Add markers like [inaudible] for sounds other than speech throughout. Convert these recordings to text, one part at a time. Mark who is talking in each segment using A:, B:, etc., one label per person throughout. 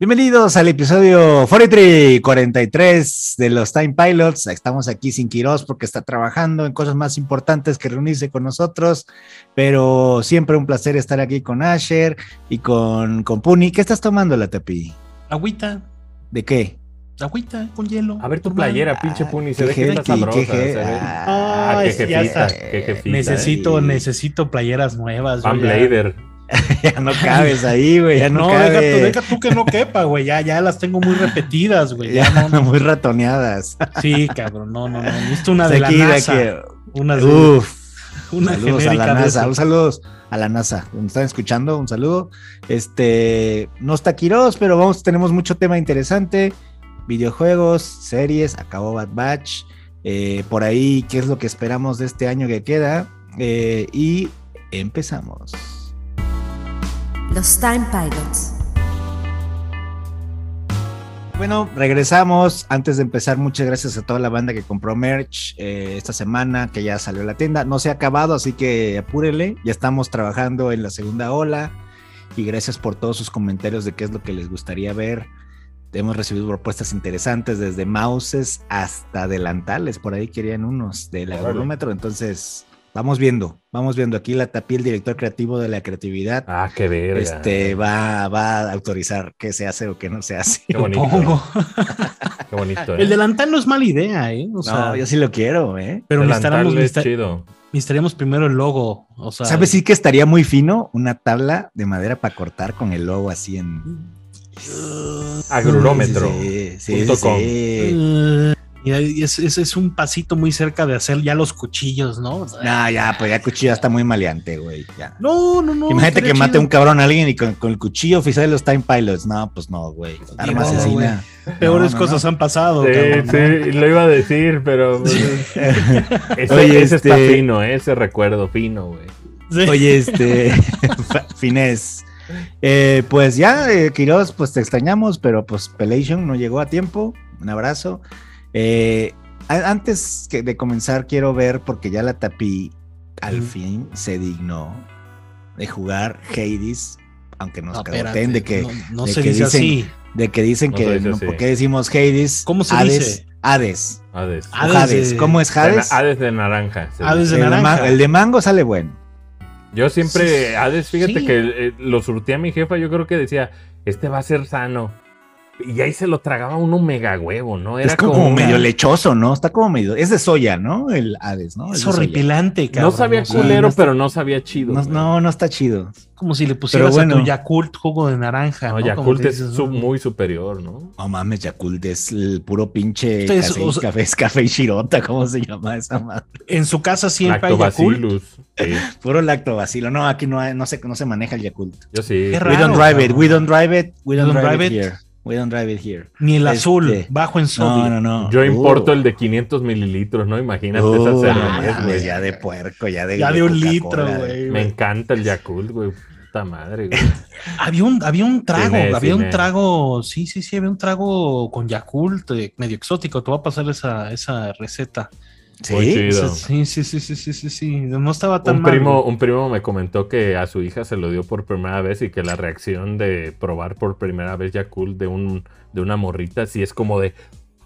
A: Bienvenidos al episodio 43, 43 de los Time Pilots. Estamos aquí sin Quirós porque está trabajando en cosas más importantes que reunirse con nosotros, pero siempre un placer estar aquí con Asher y con, con Puni. ¿Qué estás tomando, la Tapi?
B: Agüita,
A: ¿De qué?
B: agüita con hielo.
C: A ver tu playera, pinche
B: Ah,
C: Puni, se ve que está
A: Jequi,
C: sabrosa.
A: qué
C: se
A: je-
C: ve-
A: Ah,
C: Ah,
B: Ay,
C: qué
B: sí,
A: ya
C: jefita,
A: está.
C: qué jefita.
B: necesito,
A: eh.
B: necesito playeras nuevas.
C: Van
B: güey, ya.
C: Blader.
A: [laughs] Ya no cabes ahí, güey, ya no,
B: No, deja
A: cabes.
B: tú, deja tú que no quepa, güey. Ya, ya las tengo muy repetidas,
A: [laughs]
B: güey. Ya
A: Ya,
B: no, no.
A: muy ratoneadas.
B: Sí, cabrón, no, no, no. Necesito una de la
A: Shakira,
B: NASA.
A: que-
B: Una, de-
A: Uf.
B: una
A: Uh, saludos a la
B: genérica de
A: NASA,
B: esas.
A: un saludos a la NASA, nos están escuchando, un saludo. Este, no está Quirós, pero vamos, tenemos mucho tema interesante, videojuegos, series, acabó Bad Batch, eh, por ahí qué es lo que esperamos de este año que queda eh, y empezamos.
D: Los Time Pilots.
A: Bueno, regresamos. Antes de empezar, muchas gracias a toda la banda que compró merch eh, esta semana, que ya salió a la tienda. No se ha acabado, así que apúrele. Ya estamos trabajando en la segunda ola. Y gracias por todos sus comentarios de qué es lo que les gustaría ver. Hemos recibido propuestas interesantes desde mouses hasta delantales. Por ahí querían unos del
C: Órale.
A: agronómetro. Entonces, vamos viendo. Vamos viendo. Aquí la tapí, el director creativo de la creatividad.
C: Ah, qué verga.
A: Este va, va a autorizar qué se hace o qué no se hace.
C: Qué bonito.
B: Pongo.
C: Qué bonito. ¿eh?
B: El delantal no es mala idea, ¿eh? O sea,
A: no, yo sí lo quiero, ¿eh?
B: pero
C: Delantal
B: necesitamos,
C: es
B: necesita-
C: chido.
B: necesitaríamos primero el logo. O sea,
A: ¿Sabes? Sí que estaría muy fino una tabla de madera para cortar con el logo así en...
C: Mm. Agrurómetro.
A: Sí, sí,
C: punto
A: sí,
C: com.
A: sí.
B: eh, y es, es- es un pasito muy cerca de hacer ya los cuchillos, ¿no?
A: No, ya, pues ya cuchillo está muy maleante, güey. ya.
B: No, no, no.
A: Imagínate
B: estaría
A: que mate
B: chido.
A: un cabrón a alguien y con, con el cuchillo oficial de los Time Pilots. No, pues no, güey. Arma
B: modo,
A: asesina.
B: Peores
A: No, no,
B: cosas han pasado.
C: Sí,
B: Oh, cabrón, ¿no?
C: sí, lo iba a decir, pero. pues, Ese,
A: Oye,
C: ese está
A: este-
C: fino, ¿eh? ese recuerdo fino, güey.
B: Sí.
A: Oye,
B: [laughs]
A: este, [laughs] fa- Finés, eh, pues ya, eh, Quirós, pues te extrañamos, pero pues Pelation no llegó a tiempo. Un abrazo. Eh, a- antes que de comenzar, quiero ver, porque ya la tapí, al
B: Ujú.
A: fin se dignó de jugar Hades, aunque nos
B: No,
A: cagoteen de
B: espérate,
A: que,
B: no, no
A: de
B: se
A: que
B: dice
A: dicen-
B: así.
A: de que dicen
C: No se
A: que
C: dice
A: no,
C: así.
A: ¿por qué decimos Hades?
B: ¿Cómo se
A: Hades,
B: dice?
A: Hades.
C: Hades.
B: Hades
A: Hades.
B: de-
A: ¿Cómo es Hades?
C: De na- Hades de naranja. se
B: Ah, Hades
C: dice.
B: de
A: el, de ma-
B: naranja.
A: el de mango sale bueno.
C: Yo siempre, Hades, fíjate
B: Sí.
C: que eh, lo surtí a mi jefa, yo creo que decía, este va a ser sano. Y ahí se lo tragaba uno mega huevo, ¿no? Era
A: es como,
C: una-
A: medio lechoso, ¿no? Está como medio. Es de soya, ¿no? El Hades, ¿no? de
B: Es
A: soya.
B: horripilante, cabrón.
C: No sabía
B: o sea,
C: culero,
A: no está-
C: pero no sabía chido.
A: No,
C: güey.
A: no, no está chido.
B: Como si le pusieras
A: Pero
B: a
A: bueno.
B: tu Yakult jugo de naranja.
C: No,
B: ¿no? Como
C: Yakult
B: que
C: es
B: dices,
C: su-
B: ¿no?
C: muy superior, ¿no?
A: No mames, Yakult es el puro pinche
B: Esto es-
A: café,
B: o sea-
A: café, es café Shirota, ¿cómo se llama esa madre?
B: En su casa siempre hay Yakult.
C: Lactobacillus. Sí,
A: Puro lactobacilo. No, aquí no, hay- no, se, no se maneja el Yakult.
C: yo sí.
B: Qué
A: we
B: raro.
A: don't drive it,
B: cabrón.
A: we don't drive it, we don't,
B: don't
A: drive,
B: drive
A: it
B: it.
A: here. We don't drive it here.
B: Ni el azul,
A: Este,
B: bajo en
A: No,
B: sodio.
A: no, no.
C: Yo
A: Uh.
C: importo el de 500 mililitros, ¿no? Imagínate esa
A: Uh,
C: cerveza,
A: mames,
C: güey.
A: ya de puerco, ya de.
B: ya de un
A: Coca-Cola,
B: litro,
A: de-
B: güey.
C: Me encanta el Yakult, güey. Puta madre, güey.
B: Había un, había un trago,
C: Cine,
B: había
C: cine.
B: un trago, sí, sí, sí, había un trago con Yakult, eh, medio exótico. Te voy a pasar esa, esa receta.
C: Muy
A: Sí.
C: chido.
B: Esa- sí, sí, sí, sí, sí, sí, sí. No estaba tan
C: Un
B: mal.
C: primo, un primo me comentó que a su hija se lo dio por primera vez y que la reacción de probar por primera vez Yakult de un de una morrita sí es como de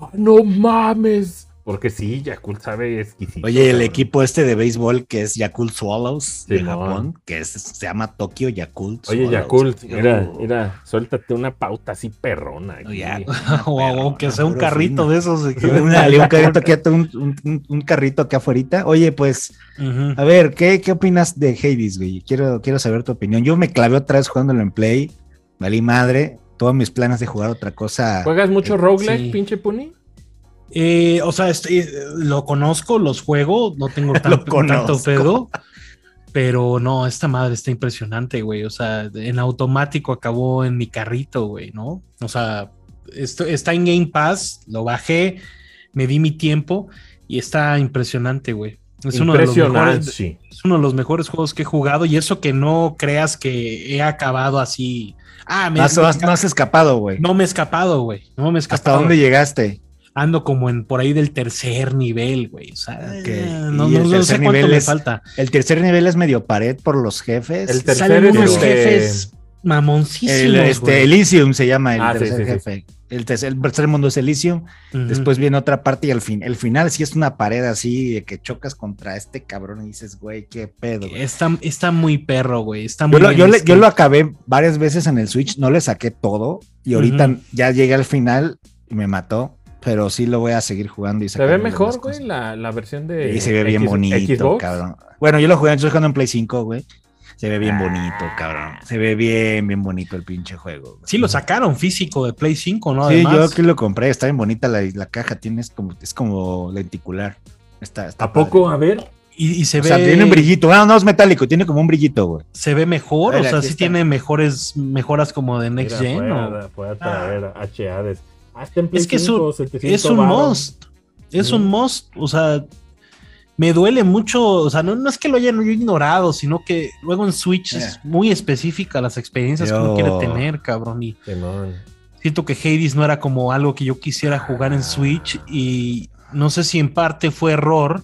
C: "Ah, no mames. Porque sí, Yakult sabe exquisito.
A: Oye, el
C: cabrón.
A: equipo este de béisbol que es Yakult Swallows de
C: Simón.
A: Japón, que es- se llama Tokio Yakult.
C: Oye,
A: Swallows.
C: Yakult, mira,
A: Uh.
C: mira, suéltate una pauta así perrona. aquí.
A: Oh, Ya. [laughs]
B: [laughs] O, o que sea un
A: Puro
B: carrito
A: fino.
B: de esos. de
A: [laughs]
B: que-
A: Una- un carrito aquí, at- un, un- un carrito acá afuera. Oye, pues,
B: Ujú.
A: a ver, ¿qué, qué opinas de Hades, güey? Quiero, quiero saber tu opinión. Yo me clavé otra vez jugándolo en Play. Valí madre. Todos mis planes de jugar otra cosa.
C: ¿Juegas mucho
A: Eh, Sí.
C: roguelike, pinche puni?
B: Eh, o sea, este, eh, lo conozco, los juego, no tengo
A: [laughs]
B: tan-
A: Lo
B: tanto
A: conozco.
B: pedo, pero no, esta madre está impresionante, güey. O sea, en automático acabó en mi carrito, güey, ¿no? O sea, esto, está en Game Pass, lo bajé, me di mi tiempo y está impresionante, güey. Es uno, de los mejores,
C: Impresionante.
B: es uno de los mejores juegos que he jugado y eso que no creas que he acabado así. Ah, me,
A: No has,
B: me-
A: no has- no has escapado, güey.
B: no me he escapado, güey. No me he
A: ¿Hasta
B: escapado
A: dónde llegaste?
B: ando como en por ahí del tercer nivel, güey. O sea,
A: Ok.
B: no,
A: Y
B: no-
A: el
B: no sé
A: tercer
B: cuánto
A: nivel
B: me
A: es-
B: falta.
A: El tercer nivel es medio pared por los jefes.
C: El tercer
B: Salen unos
C: este,
B: jefes mamoncísimos.
A: El, este,
B: güey.
A: Elysium se llama el
C: Ah, sí,
A: tercer
C: sí, sí.
A: jefe. El, tercer, el tercer mundo es Elysium.
B: Ujú.
A: Después viene otra parte y al fin, el final sí es una pared así de que chocas contra este cabrón y dices, güey, qué pedo. güey".
B: Está, está muy perro, güey. Está
A: Yo
B: muy
A: lo,
B: bien este.
A: yo le- yo
B: escrito.
A: lo acabé varias veces en el Switch, no le saqué todo y ahorita
B: Ujú.
A: ya llegué al final y me mató, pero sí lo voy a seguir jugando y
C: Se ve
A: sacándole
C: mejor,
A: las
C: güey,
A: cosas.
C: la, la versión de.
A: Y se ve bien
C: X-
A: bonito,
C: Xbox.
A: cabrón. Bueno, yo lo jugué, estoy jugando en Play 5, güey. Se ve
C: Ah.
A: bien bonito, cabrón. Se ve bien, bien bonito el pinche juego. güey.
B: Sí, lo sacaron físico de Play 5, ¿no?
A: Sí, yo
B: Además.
A: que lo compré, está bien bonita la, la caja, tienes como, es como lenticular. Está, está
C: ¿A poco?
A: padre.
C: A ver.
B: Y, y se
A: O
B: ve.
A: sea, tiene un brillito. Bueno, no es metálico, tiene como un brillito, güey.
B: Se ve mejor,
A: A
B: o
A: ver,
B: sea,
A: aquí
B: sí
A: está.
B: tiene mejores mejoras como de Next
C: Mira,
B: Gen.
C: Pueda,
B: o-
C: pueda traer HADs. Hasta Ah, en
B: Es
C: Play
B: que es un-
C: 5, 700
B: es un
C: varos.
B: must. Es
C: Sí.
B: un must. O sea, me duele mucho. O sea, no, no es que lo hayan ignorado, sino que luego en Switch
A: Mira.
B: es muy específica las experiencias que
A: Yo-
B: uno quiere tener, cabrón. Y
C: Simón.
B: siento que Hades no era como algo que yo quisiera jugar en Switch. Y no sé si en parte fue error.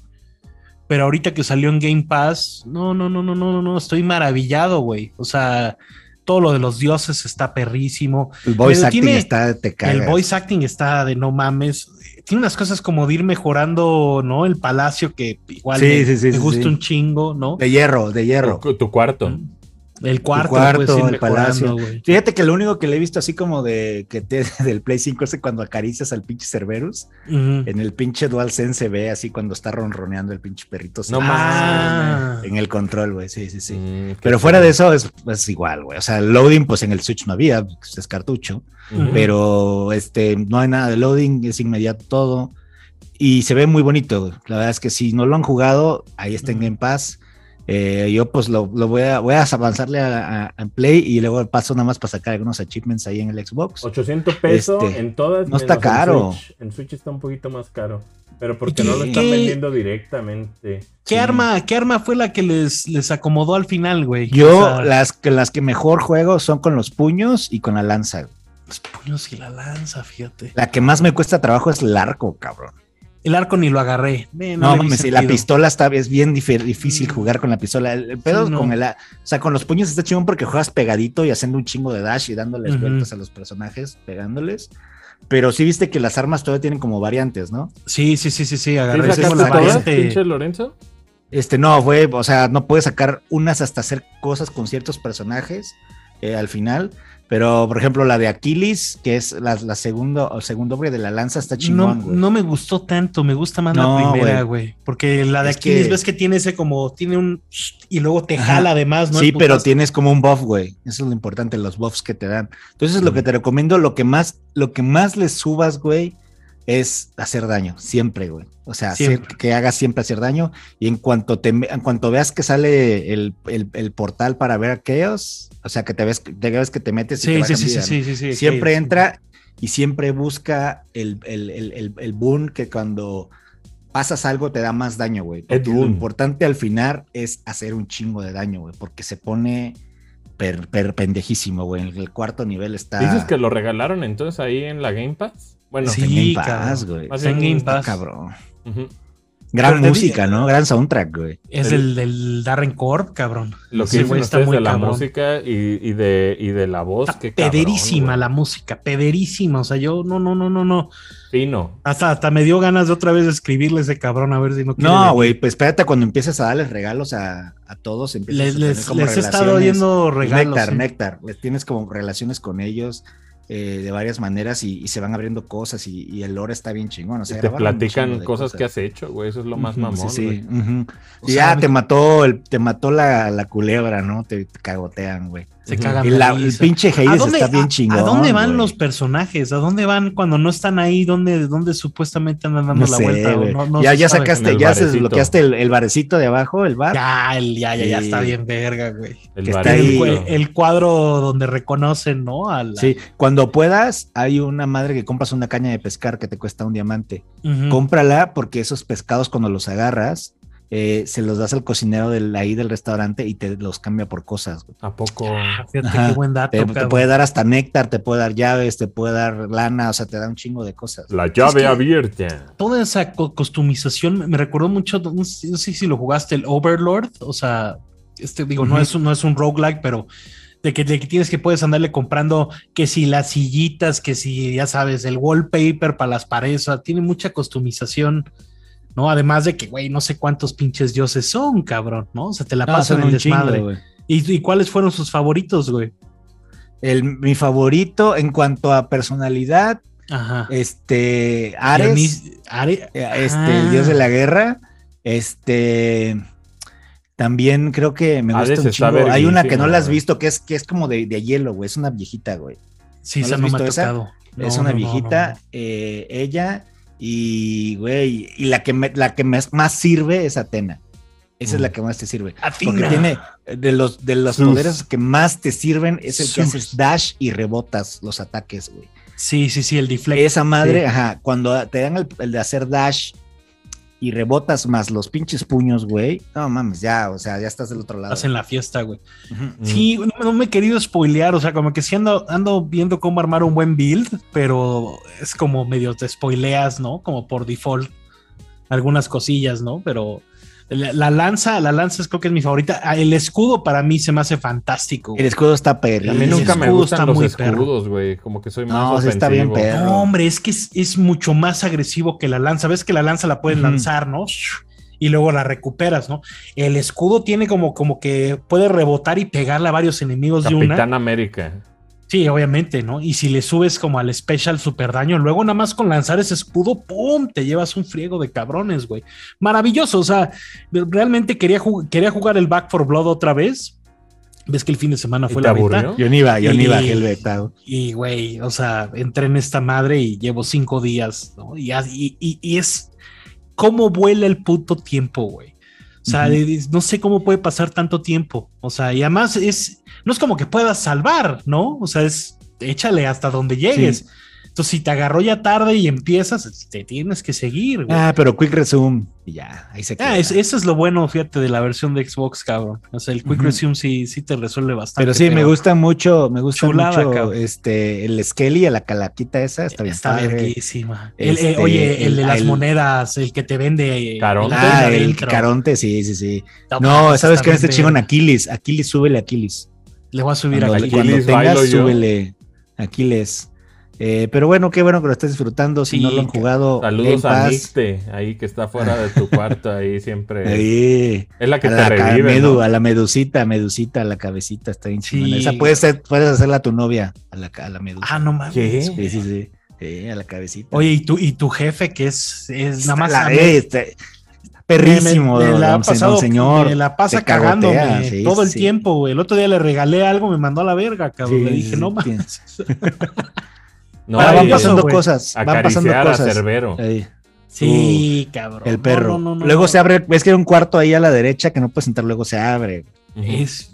B: Pero ahorita que salió en Game Pass, no, no, no, no, no, no, no, estoy maravillado, güey. O sea, todo lo de los dioses está perrísimo.
A: El voice
B: Pero
A: acting
B: tiene-
A: está, te cagas.
B: El voice acting está de no mames. Tiene unas cosas como de ir mejorando, ¿no? El palacio que igual
A: Sí,
B: me,
A: sí, sí,
B: me
A: sí,
B: gusta
A: sí.
B: un chingo, ¿no?
A: De hierro, de hierro.
C: Tu, tu cuarto.
B: El cuarto,
A: cuarto,
B: puedes ir
A: el
B: mejorando,
A: palacio.
B: güey.
A: Fíjate que lo único que le he visto así como de que te, [laughs] del Play 5 es cuando acaricias al pinche Cerberus.
B: Ujú.
A: En el pinche DualSense se ve así cuando está ronroneando el pinche perrito.
C: No
B: Ah,
A: En el control, güey. Sí, sí, sí.
C: Mm, qué
A: Pero fuera
C: chido.
A: de eso es, es igual, güey. O sea, el loading, pues en el Switch no había, pues, es cartucho.
C: Ujú.
A: Pero este, no hay nada de loading, es inmediato todo. Y se ve muy bonito. güey. La verdad es que si no lo han jugado, ahí está en
B: Ujú.
A: Game Pass. Eh, yo pues lo, lo voy, a, voy a avanzarle a, a- a Play y luego paso nada más para sacar algunos achievements ahí en el Xbox.
C: 800 pesos
A: Este,
C: en todas.
A: no está
C: menos en
A: caro.
C: Switch. En Switch está un poquito más caro. Pero porque
B: ¿Y
C: no lo
B: qué-
C: están
B: qué-
C: vendiendo directamente.
B: ¿Qué, arma, ¿Qué arma fue la que les, les acomodó al final, güey?
A: Yo
B: O sea,
A: las, que, las que mejor juego son con los puños y con la lanza. güey.
B: Los puños y la lanza, fíjate.
A: La que más me cuesta trabajo es el arco, cabrón.
B: El arco ni lo agarré. Eh,
A: No,
B: le vi
A: mames, y la
B: sentido.
A: pistola está, es bien dif- difícil
B: Mm.
A: jugar con la pistola. El el pedo
B: Sí, no.
A: con el. a- O sea, con los puños está chingón porque juegas pegadito y haciendo un chingo de dash y dándoles
B: Ujú.
A: vueltas a los personajes, pegándoles. Pero sí viste que las armas todavía tienen como variantes, ¿no?
B: Sí, sí, sí, sí, sí,
C: ¿Sí
B: agarré.
A: Pero esa
C: sacaste
B: Tengo la
A: es la
C: todas,
B: variante-
C: pinche Lorenzo?
A: Este, no, fue, o sea, no puedes sacar unas hasta hacer cosas con ciertos personajes eh, al final. Pero, por ejemplo, la de Aquiles, que es la, la segunda o segundo hombre de la lanza, está
B: no,
A: chingón, güey.
B: no me gustó tanto, me gusta más la
A: No,
B: primera, güey. Porque la de
A: Es
B: Aquiles
A: que-
B: ves que tiene ese como, tiene un y luego te
A: Ajá.
B: jala además, ¿no?
A: Sí,
B: El
A: pero
B: putazo.
A: tienes como un buff, güey. Eso es lo importante, los buffs que te dan. Entonces, lo que te recomiendo, lo que más, lo que más le subas, güey, es hacer daño, siempre, güey. O sea, hacer-
B: Siempre.
A: que hagas siempre hacer daño. Y en cuanto te en cuanto veas que sale el, el- el portal para ver a Chaos, o sea que te ves, te ves que te metes y te
B: Sí, sí,
A: bajan
B: sí, sí,
A: vida,
B: sí, sí, sí,
A: siempre
B: sí, sí.
A: entra y siempre busca el, el, el, el- el boon que cuando pasas algo te da más daño, güey. Porque Lo
C: boon.
A: importante al final es hacer un chingo de daño, güey, porque se pone per, per- pendejísimo, güey. El, el cuarto nivel está...
C: ¿Dices que lo regalaron entonces ahí en la Game Pass? Bueno,
A: está en Game
B: Sí,
A: Pass,
B: cabrón.
A: güey.
C: Más
B: Está en Game
A: Está
B: Pass.
A: cabrón.
C: ujú.
A: Gran
B: Pero te
A: música, ¿no? Gran soundtrack, güey.
B: Es el del Darren Corp, cabrón.
C: lo que
B: Ese
C: dicen
B: güey está
C: ustedes
B: muy
C: de la
B: cabrón.
C: música y, y de, y de la voz.
B: Está
C: qué cabrón,
B: pederísima
C: güey.
B: la música, pederísima. O sea, yo no, no, no, no, no.
C: Fino.
B: Hasta, hasta me dio ganas de otra vez escribirle a ese cabrón a ver si no quiere
A: No,
B: venir.
A: güey, pues espérate cuando empiezas a darles regalos a, a todos. empiezas
B: Les,
A: a tener
B: les,
A: como
B: les he estado
A: relaciones.
B: oyendo regalos. ¿eh?
A: Néctar,
B: sí.
A: néctar. Les Tienes como relaciones con ellos eh, de varias maneras y, y se van abriendo cosas y, y el lore está bien chingón. O sea,
C: Y te
A: grabaron un
C: platican
A: chingo de
C: cosas que has hecho, güey. Eso es lo más
A: Ujú,
C: mamón.
A: Sí,
C: güey.
A: sí. ujú.
B: O
A: Y
B: sea,
A: ya
B: me-
A: te mató, el, te mató la, la culebra, ¿no? Te, te cagotean, güey.
B: Se
C: Ujú.
B: cagan
A: Y
B: de
A: la- el
B: risa.
A: pinche
B: ¿A
A: Hades
B: dónde-
A: está
B: a-
A: bien chingón.
B: ¿A dónde van
A: güey.
B: los personajes? ¿A dónde van cuando no están ahí? ¿Dónde, dónde supuestamente andan dando
A: No
B: la
A: sé,
B: vuelta? O
A: güey.
B: no- no
A: ya,
B: se
A: ya
B: sabe.
A: sacaste,
C: En el
A: ya se
C: barecito.
A: desbloqueaste el, el barecito de abajo, el bar.
B: Ya, el- ya, ya, ya
A: Sí.
B: está bien verga, güey.
C: El
A: que está
C: barrio,
A: ahí.
B: El,
C: güey.
B: cue- el cuadro donde reconocen, ¿no? A la-
A: Sí, cuando puedas, hay una madre que compras una caña de pescar que te cuesta un diamante.
B: Ujú.
A: cómprala porque esos pescados cuando los agarras eh, se los das al cocinero del, ahí del restaurante y te los cambia por cosas. güey.
C: ¿A poco?
B: Ah, fíjate
A: Ajá.
B: qué buen dato.
A: Te, te
B: cabrón.
A: puede dar hasta néctar, te puede dar llaves, te puede dar lana, o sea, te da un chingo de cosas.
C: La llave
B: que-
C: abierta.
B: Toda esa co- customización me- me recordó mucho, no sé no sé si lo jugaste, el Overlord. O sea, este, digo, no,
A: Ujú.
B: es, un- no es un roguelike, pero de que, de que tienes que puedes andarle comprando que si las sillitas, que si ya sabes, el wallpaper para las paredes, o sea, tiene mucha customización, ¿no? Además de que, güey, no sé cuántos pinches dioses son, cabrón, ¿no? O sea, te la
A: No,
B: pasan
A: son
B: en
A: un chingo,
B: desmadre.
A: güey.
B: ¿Y, y cuáles fueron sus favoritos, güey?
A: El, mi favorito en cuanto a personalidad,
B: Ajá.
A: este, Ares,
B: Dionis- Are-
A: eh, este,
B: Ah.
A: el dios de la guerra, este, también creo que me
C: Ares
A: gusta un
C: está
A: chingo. Hay una que no
C: verguísima,
A: la has
C: güey.
A: visto, que es, que es como de, de hielo, güey, es una viejita, güey.
B: Sí,
A: ¿No
B: esa
A: la has
B: no me ha
A: visto esa?
B: tocado.
A: es
B: No,
A: una
B: no, no, no,
A: viejita,
B: no.
A: eh, ella y, güey, y la que, me- la que más, más sirve es Atena. Esa es
C: Mm.
A: la que más te sirve. Porque
B: Atina.
A: tiene eh, de los, de los
C: Sus.
A: poderes que más te sirven es el que
B: Sus.
A: haces dash y rebotas los ataques, güey.
B: Sí, sí, sí, el deflect.
A: Esa madre,
B: Sí.
A: ajá, cuando te dan el, el de hacer dash y rebotas más los pinches puños, güey. No mames, ya, o sea, ya estás del otro lado.
B: Hacen la fiesta, güey.
A: Ujú.
B: Sí, no, no me he querido spoilear, o sea, como que sí ando, ando viendo cómo armar un buen build, pero es como medio te spoileas, ¿no? Como por default, algunas cosillas, ¿no? Pero la, la lanza, la lanza es creo que es mi favorita. Ah, El escudo para mí se me hace fantástico.
A: El escudo está perro.
C: A mí
B: El
C: nunca me
B: escudo
C: gustan
B: está
C: los
B: muy perro.
C: escudos, güey. Como que soy más
A: No, sí
C: ofensivo.
A: está bien perro.
B: No, hombre, es que es, es mucho más agresivo que la lanza. Ves que la lanza la pueden
A: Ujú.
B: lanzar, ¿no? Y luego la recuperas, ¿no? El escudo tiene como, como que puede rebotar y pegarle a varios enemigos de una.
C: Capitán América.
B: Sí, obviamente, ¿no? Y si le subes como al special super daño, luego nada más con lanzar ese escudo, ¡pum! Te llevas un friego de cabrones, güey. Maravilloso, o sea, realmente quería, jug- quería jugar el Back for Blood otra vez. Ves que el fin de semana
C: ¿Y
B: fue
C: te
B: la beta.
C: aburrió?
A: Yo ni iba, yo ni
B: Y-
A: bajé el beta. güey.
B: Y, güey, o sea, entré en esta madre y llevo cinco días, ¿no? Y, as- y- y- y es cómo vuela el puto tiempo, güey. O sea,
A: Ujú.
B: es- no sé cómo puede pasar tanto tiempo. O sea, y además es, no es como que puedas salvar, ¿no? O sea, es échale hasta donde llegues. Entonces, si te agarró ya tarde y empiezas, te tienes que seguir, güey.
A: Ah, pero quick resume. Y ya, ahí se queda.
B: Ah, es- eso es lo bueno, fíjate, de la versión de Xbox, cabrón. O sea, el Quick
A: Ujú.
B: Resume sí, sí te resuelve bastante.
A: Pero sí, me gusta mucho, me gusta
B: Ah, Chulada,
A: mucho
B: cabrón.
A: este, el Skelly a la calaquita esa, está bien.
B: Está
A: padre.
B: verguísima. El- el-
A: Este,
B: oye, el de
A: el-
B: las
A: el-
B: monedas, el que te vende. eh,
C: Caronte.
B: la cosa
A: Ah, el
B: adentro.
A: Caronte, sí, sí, sí.
B: mames,
A: No, ¿sabes
B: está
A: qué?
B: bien
A: Este
B: verga.
A: chingón Aquiles, Aquiles, súbele Aquiles.
B: Le voy a subir
A: Cuando,
B: a
C: Aquiles.
A: cuando
C: Aquiles, bailo
A: tengas,
C: yo.
A: súbele Aquiles. Eh, pero bueno, qué bueno que lo estés disfrutando. Si
B: Sí,
A: no lo han
B: que-
A: jugado,
C: Saludos
A: Game
C: a
A: Pass.
C: Nicte, ahí que está fuera de tu cuarto, ahí siempre.
A: [laughs] Ahí,
C: Es la que
A: a,
C: te
A: la ca-
C: revive.
A: medu-
C: ¿no?
A: a la medusita, medusita, a la cabecita, está bien
B: Sí.
A: chingona. Esa puede ser, puedes hacerla a tu novia, a la, ca- a la medusa.
B: Ah, no mames.
C: ¿Qué?
A: Sí, sí, sí. Sí, a la cabecita.
B: Oye, ¿y tu, y tu jefe que es, es nada más.
A: la
B: a-
A: ve, está- perrísimo,
B: me la ha
A: don- don
B: pasado-
A: señor.
B: me la pasa
A: te cagotea,
B: cagándome
A: sí,
B: todo el
A: sí.
B: tiempo, güey. El otro día le regalé algo, me mandó a la verga, cabrón.
A: Sí,
B: le dije,
A: sí,
B: no
A: sí,
B: mames.
C: No,
A: Ahora
B: Ay,
C: eh,
A: van
B: eso,
A: pasando
B: güey.
A: cosas, van pasando
C: acariciar a
A: cosas. Eh,
C: Cerbero.
A: Ahí.
B: Sí, cabrón.
A: El
B: No,
A: perro.
B: no, no, no,
A: luego
B: no.
A: se abre, ves que hay un cuarto ahí a la derecha que no puedes entrar, luego se abre.
B: Es-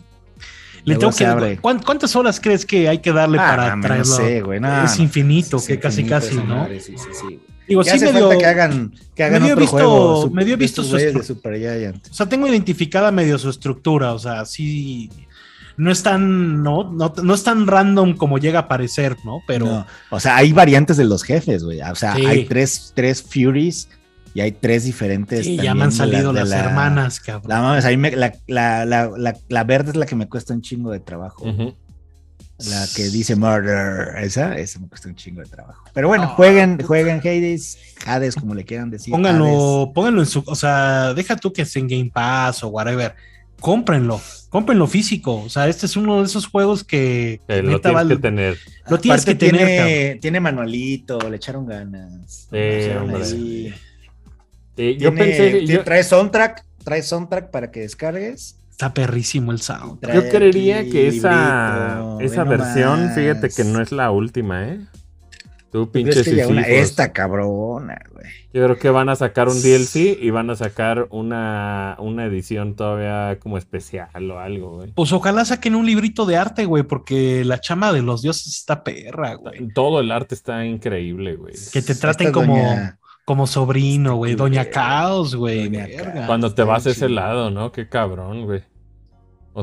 B: Le
A: Luego
B: tengo
A: se
B: que.
A: abre.
B: ¿cuán- ¿Cuántas horas crees que hay que darle
A: Ah,
B: para
A: no
B: traerlo?
A: sé, güey, no,
B: es
A: no,
B: infinito,
A: es
B: que casi
A: infinito
B: casi,
A: esa
B: ¿no?
A: madre, sí, sí, sí.
B: Digo,
A: Ya
B: sí
A: hace
B: medio.
A: falta que hagan, que hagan
B: medio
A: otro
B: visto-
A: juego. su-
B: medio
A: de
B: visto
A: estos
B: sus-
A: güeyes de Super Giant.
B: O sea, tengo identificada medio su estructura, o sea, sí. No es tan, no, no, no es tan random como llega a parecer, ¿no? Pero
A: No, o sea, hay variantes de los jefes, güey. O sea,
B: Sí.
A: hay tres, tres Furies y hay tres diferentes.
B: sí, ya
A: también
B: me han
A: de
B: salido
A: de
B: las
A: la-
B: hermanas, cabrón.
A: La mames, ahí me- la, la, la, la, la verde es la que me cuesta un chingo de trabajo.
C: Ujú.
A: La que dice murder, esa, esa me cuesta un chingo de trabajo. Pero bueno,
B: No,
A: jueguen,
B: puta.
A: jueguen Hades, Hades, como le quieran decir. Hades.
B: pónganlo, pónganlo en su, o sea, deja tú que esté en Game Pass o whatever. Cómprenlo, cómprenlo físico. O sea, este es uno de esos juegos que
C: Eh, lo
B: neta
C: tienes
B: vale-
C: que tener.
B: lo tienes
A: Aparte
B: que tener,
A: Tiene, tiene manualito, le echaron ganas. Le pusieron
C: hombre.
A: ahí.
C: Eh, yo
A: Tiene-
C: pensé,
A: ti-
C: yo,
A: trae soundtrack, trae soundtrack para que descargues.
B: está perrísimo el sound.
A: Trae
C: yo creería
A: aquí
C: que esa,
A: librito,
C: esa
A: ve
C: versión,
A: nomás.
C: fíjate que no es la última, ¿eh? Tú
A: ¿Tú crees
C: pinches
A: que ya una-
C: Sísifos.
A: esta cabrona, güey.
C: Yo creo que van a sacar un DLC y van a sacar una, una edición todavía como especial o algo, güey.
B: Pues ojalá saquen un librito de arte, güey, porque la chama de los dioses está perra, güey.
C: Todo el arte está increíble, güey.
B: Que te traten
A: Esta
B: como,
A: doña-
B: como sobrino, güey. Doña
A: culera.
B: Caos, güey.
A: Este Doña
B: verga.
A: Caos.
C: Cuando te
A: Está
C: vas a
A: bien
C: ese
A: chido.
C: lado, ¿no? Qué cabrón, güey. O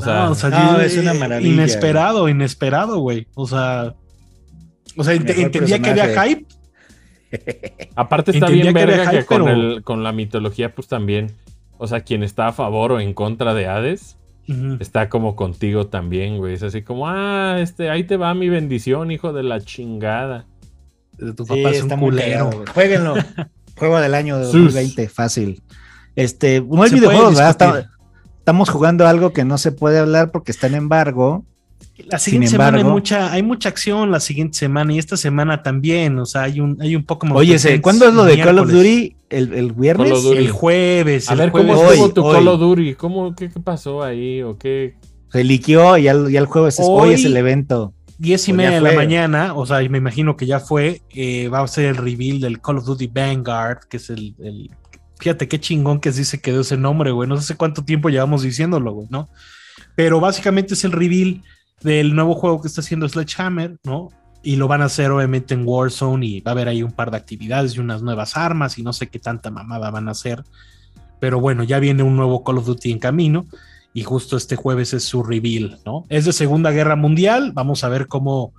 B: No,
C: sea,
A: No,
B: yo-
A: es una maravilla,
B: Inesperado, inesperado, güey. O sea, o sea ent-
A: Mejor
B: entendía que había
A: personaje.
B: hype.
C: aparte está
B: entendía
C: bien
B: que era
C: verga que
B: hype,
C: con,
B: pero-
C: el, con la mitología, pues también. O sea, quien está a favor o en contra de Hades,
B: Ujú.
C: está como contigo también, güey. Es así como, ah, este, ahí te va mi bendición, hijo de la chingada.
B: Tu
A: Sí,
B: papá es un
A: está muy
B: culero.
A: cagado, güey.
B: [laughs]
A: Jueguenlo. Juego del año de
C: Sus.
A: 2020, fácil. Este, no hay
B: Se puede
A: videojuegos, ¿verdad?
B: discutir.
A: Está- Estamos jugando algo que no se puede hablar porque está en embargo.
B: La siguiente
A: Sin
B: semana hay
A: embargo-
B: mucha, hay mucha acción la siguiente semana y esta semana también. O sea, hay un, hay un poco
A: Oye, ¿se- ¿cuándo es lo de Call of Duty? ¿El, el viernes?
C: Call of Duty.
B: El jueves.
C: A
B: el
C: ver, ¿cómo
B: jueves.
C: estuvo
A: Hoy,
C: tu
A: hoy.
C: Call of Duty? ¿Cómo, qué, qué pasó ahí? ¿O qué?
A: Se liqueó y ya, ya el jueves es, hoy,
B: Hoy-
A: es el evento.
B: 10 y
A: Pues ya
B: media de la
A: fue.
B: mañana, o sea, me imagino que ya fue, eh, va a ser el reveal del Call of Duty Vanguard, que es el, el- Fíjate qué chingón que sí se quedó ese nombre, güey. No sé cuánto tiempo llevamos diciéndolo, güey, ¿no? Pero básicamente es el reveal del nuevo juego que está haciendo Sledgehammer, ¿no? Y lo van a hacer obviamente en Warzone y va a haber ahí un par de actividades y unas nuevas armas y no sé qué tanta mamada van a hacer. Pero bueno, ya viene un nuevo Call of Duty en camino y justo este jueves es su reveal, ¿no? Es de Segunda Guerra Mundial, vamos a ver cómo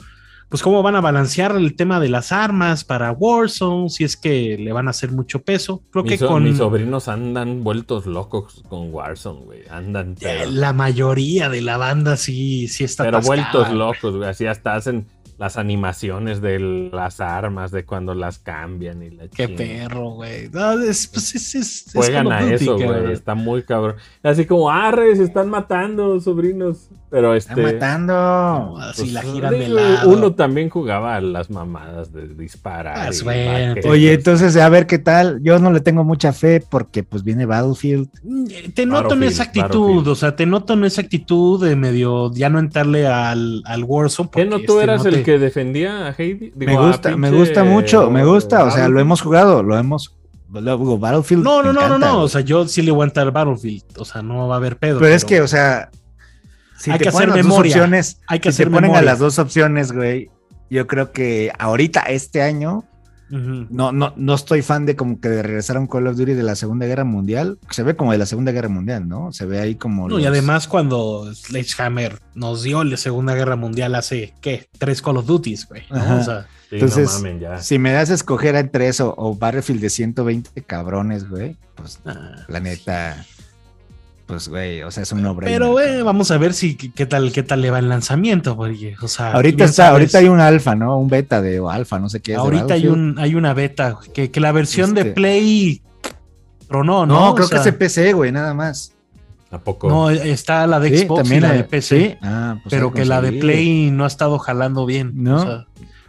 B: pues cómo van a balancear el tema de las armas para Warzone, si es que le van a hacer mucho peso. Creo que
C: Mis, so-
B: con
C: mis sobrinos andan vueltos locos con Warzone, güey. Andan pero,
B: la mayoría de la banda sí sí está
C: pero
B: atascada.
C: vueltos locos, güey. Así hasta hacen las animaciones de las armas, de cuando las cambian y la
B: Qué
C: chingada.
B: perro, güey. No, es, pues, es- es- es
C: Juegan
B: Call of
C: a
B: Duty,
C: eso,
B: cabrón.
C: güey. Está muy cabrón. Así como, arre, se están matando, sobrinos. Pero este.
A: Está matando.
B: Así
C: pues,
B: la giran de
C: digo,
B: lado.
C: Uno también jugaba a las mamadas de disparar.
B: Ah,
C: y
B: es bueno,
C: vaqueros.
B: pues.
A: Oye, entonces, a ver qué tal. Yo no le tengo mucha fe porque pues viene Battlefield.
B: Mm, Te noto en
C: Battlefield,
B: esa actitud,
C: Battlefield.
B: o sea, te noto en esa actitud de medio ya no entrarle al, al Warzone.
C: ¿Qué
B: porque,
C: no tú
B: este,
C: eras
B: no
C: el
B: te-
C: que defendía a Heidi?
A: Me gusta, me gusta mucho, me gusta. O sea, lo hemos jugado, lo hemos. lo- digo, Battlefield.
B: No,
A: me
B: no, no, no,
A: encanta,
B: no.
A: güey.
B: O sea, yo sí le voy a entrar Battlefield. O sea, no va a haber pedo.
A: pero, es que, o sea, si
B: Hay
A: te
B: que
A: ponen
B: hacer
A: las dos
B: memoria.
A: opciones,
B: hay que
A: si
B: hacer
A: te ponen
B: memoria.
A: a las dos opciones, güey, yo creo que ahorita, este año,
B: Ujú.
A: no, no, no estoy fan de como que de regresar a un Call of Duty de la Segunda Guerra Mundial. Se ve como de la Segunda Guerra Mundial, ¿no? Se ve ahí como.
B: No, y
A: los-
B: además cuando Sledgehammer nos dio la Segunda Guerra Mundial hace, ¿qué? Tres Call of Duties, güey. ¿no?
A: Ajá.
B: O sea,
C: Entonces,
A: Entonces,
C: no mamen, ya.
A: Si me das a escoger entre eso o Battlefield de 120 cabrones, güey, pues
B: ah.
A: la neta, pues güey, o sea, es un obra.
B: Pero eh, vamos a ver si qué qué tal qué tal le va el lanzamiento, porque, o sea,
A: Ahorita
B: bien
A: está,
B: sabes,
A: ahorita hay un alfa, ¿no? Un beta de o alfa, no sé qué es. de
B: ahorita hay
A: Battlefield.
B: un hay una beta güey, que, que la versión de
A: Este.
B: Play tronó,
A: No,
B: ¿no? O
A: creo
B: sea,
A: que es de PC, güey, nada más.
C: ¿A poco?
B: no está la de
A: Sí,
B: Xbox y la
A: hay-
B: de PC,
A: sí. Ah, pues
B: pero
A: hay
B: que la de
A: conseguir.
B: Play no ha estado jalando bien,
A: No.
B: o sea,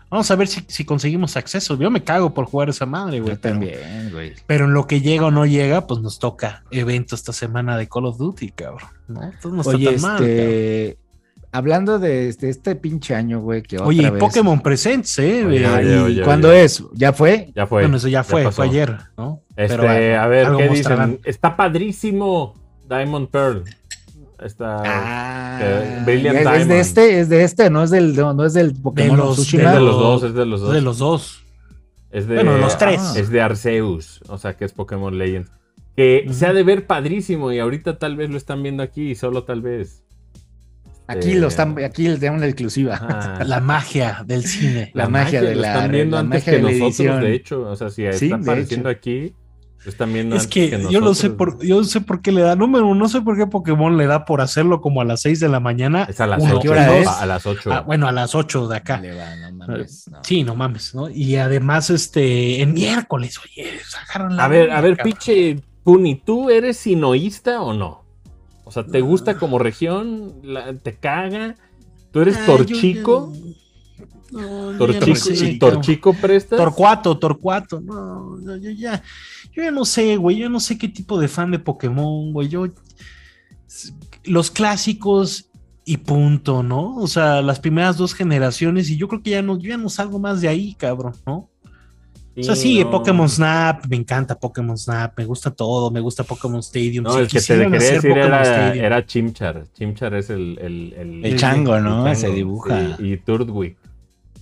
B: vamos a ver si, si conseguimos acceso. Yo me cago por jugar esa madre, güey.
A: Yo
B: pero-
A: también, güey.
B: Pero en lo que llega o no llega, pues nos toca evento esta semana de Call of Duty, cabrón. ¿no? Entonces no está
A: Oye,
B: tan mal. cabrón.
A: este. Hablando de este, este pinche año, güey, que otra
B: Oye, y
A: vez-
B: Pokémon Presents, ¿eh?
C: Oye,
B: Eh,
A: Ah,
C: oye,
A: ¿y
C: oye,
A: ¿Cuándo
C: oye.
A: es? ¿Ya fue?
C: Ya fue.
B: bueno, eso ya fue,
C: pasó.
B: fue ayer, ¿no?
C: Este,
B: Pero, bueno,
C: a ver,
B: algo
C: ¿qué
B: mostrarán.
C: dicen? Está padrísimo Diamond Pearl. Está.
A: Ah,
C: eh, Brilliant
A: es, es
C: Diamond.
A: de este, es de este, no es del, no, no es del Pokémon
B: los-
C: es
A: Tsushima.
C: de
B: pero-
C: los dos, es de los dos.
B: De los dos.
C: Es de, Ah.
B: Bueno, de los tres.
C: Es de Arceus, o sea que es Pokémon Legends. Que
B: Ujú.
C: se ha de ver padrísimo y ahorita tal vez lo están viendo aquí y solo tal vez.
A: Aquí
C: Eh,
A: lo están, aquí le damos la exclusiva.
C: ah,
B: La magia del cine.
A: la magia de
C: lo
A: la-
C: están viendo
A: la
C: antes
A: magia
C: que
A: de la
C: nosotros,
A: edición.
C: de hecho. O sea, si
A: Sí,
C: está
A: de
C: apareciendo aquí, lo están viendo
B: es
C: antes
B: que, yo no
C: nosotros.
B: sé por, yo no sé por qué le da, número uno, no sé por qué Pokémon le da por hacerlo como a las 6 de la mañana.
C: Es a las
B: Uno,
C: 8.
A: hora
B: dos,
A: es?
C: A las 8.
B: ah, bueno, a las 8 de acá.
A: Le va, no mames, no.
B: Sí, no mames, ¿no? Y además, este, en miércoles, oye, sacaron la.
C: a ver,
B: onda,
C: a ver,
B: cabrón.
C: pinche Puni, ¿tú eres sinoísta o no? O sea, ¿te
B: Ah.
C: gusta como región? La- ¿Te caga? ¿Tú eres
B: Ah, yo-
C: torchico?
B: yo- no, yo ya no
C: ¿Torchico,
B: sé, cabrón.
C: y torchico prestas?
B: Torcuato, Torcuato. No, no, yo ya. Yo ya no sé, güey. Yo no sé qué tipo de fan de Pokémon, güey. Yo. Los clásicos y punto, ¿no? O sea, las primeras dos generaciones. Y yo creo que ya no, yo ya no salgo más de ahí, cabrón, ¿no? O sea, sí,
C: no.
B: Pokémon Snap, me encanta Pokémon Snap, me gusta todo, me gusta Pokémon Stadium.
C: No,
B: si
C: el que te
B: quisieran
C: quería
B: hacer
C: decir
B: Pokémon
C: era,
B: Stadium.
C: era Chimchar. Chimchar es el... El, el,
A: El chango, ¿no? Se dibuja. Eh,
C: sí, y Turtwig.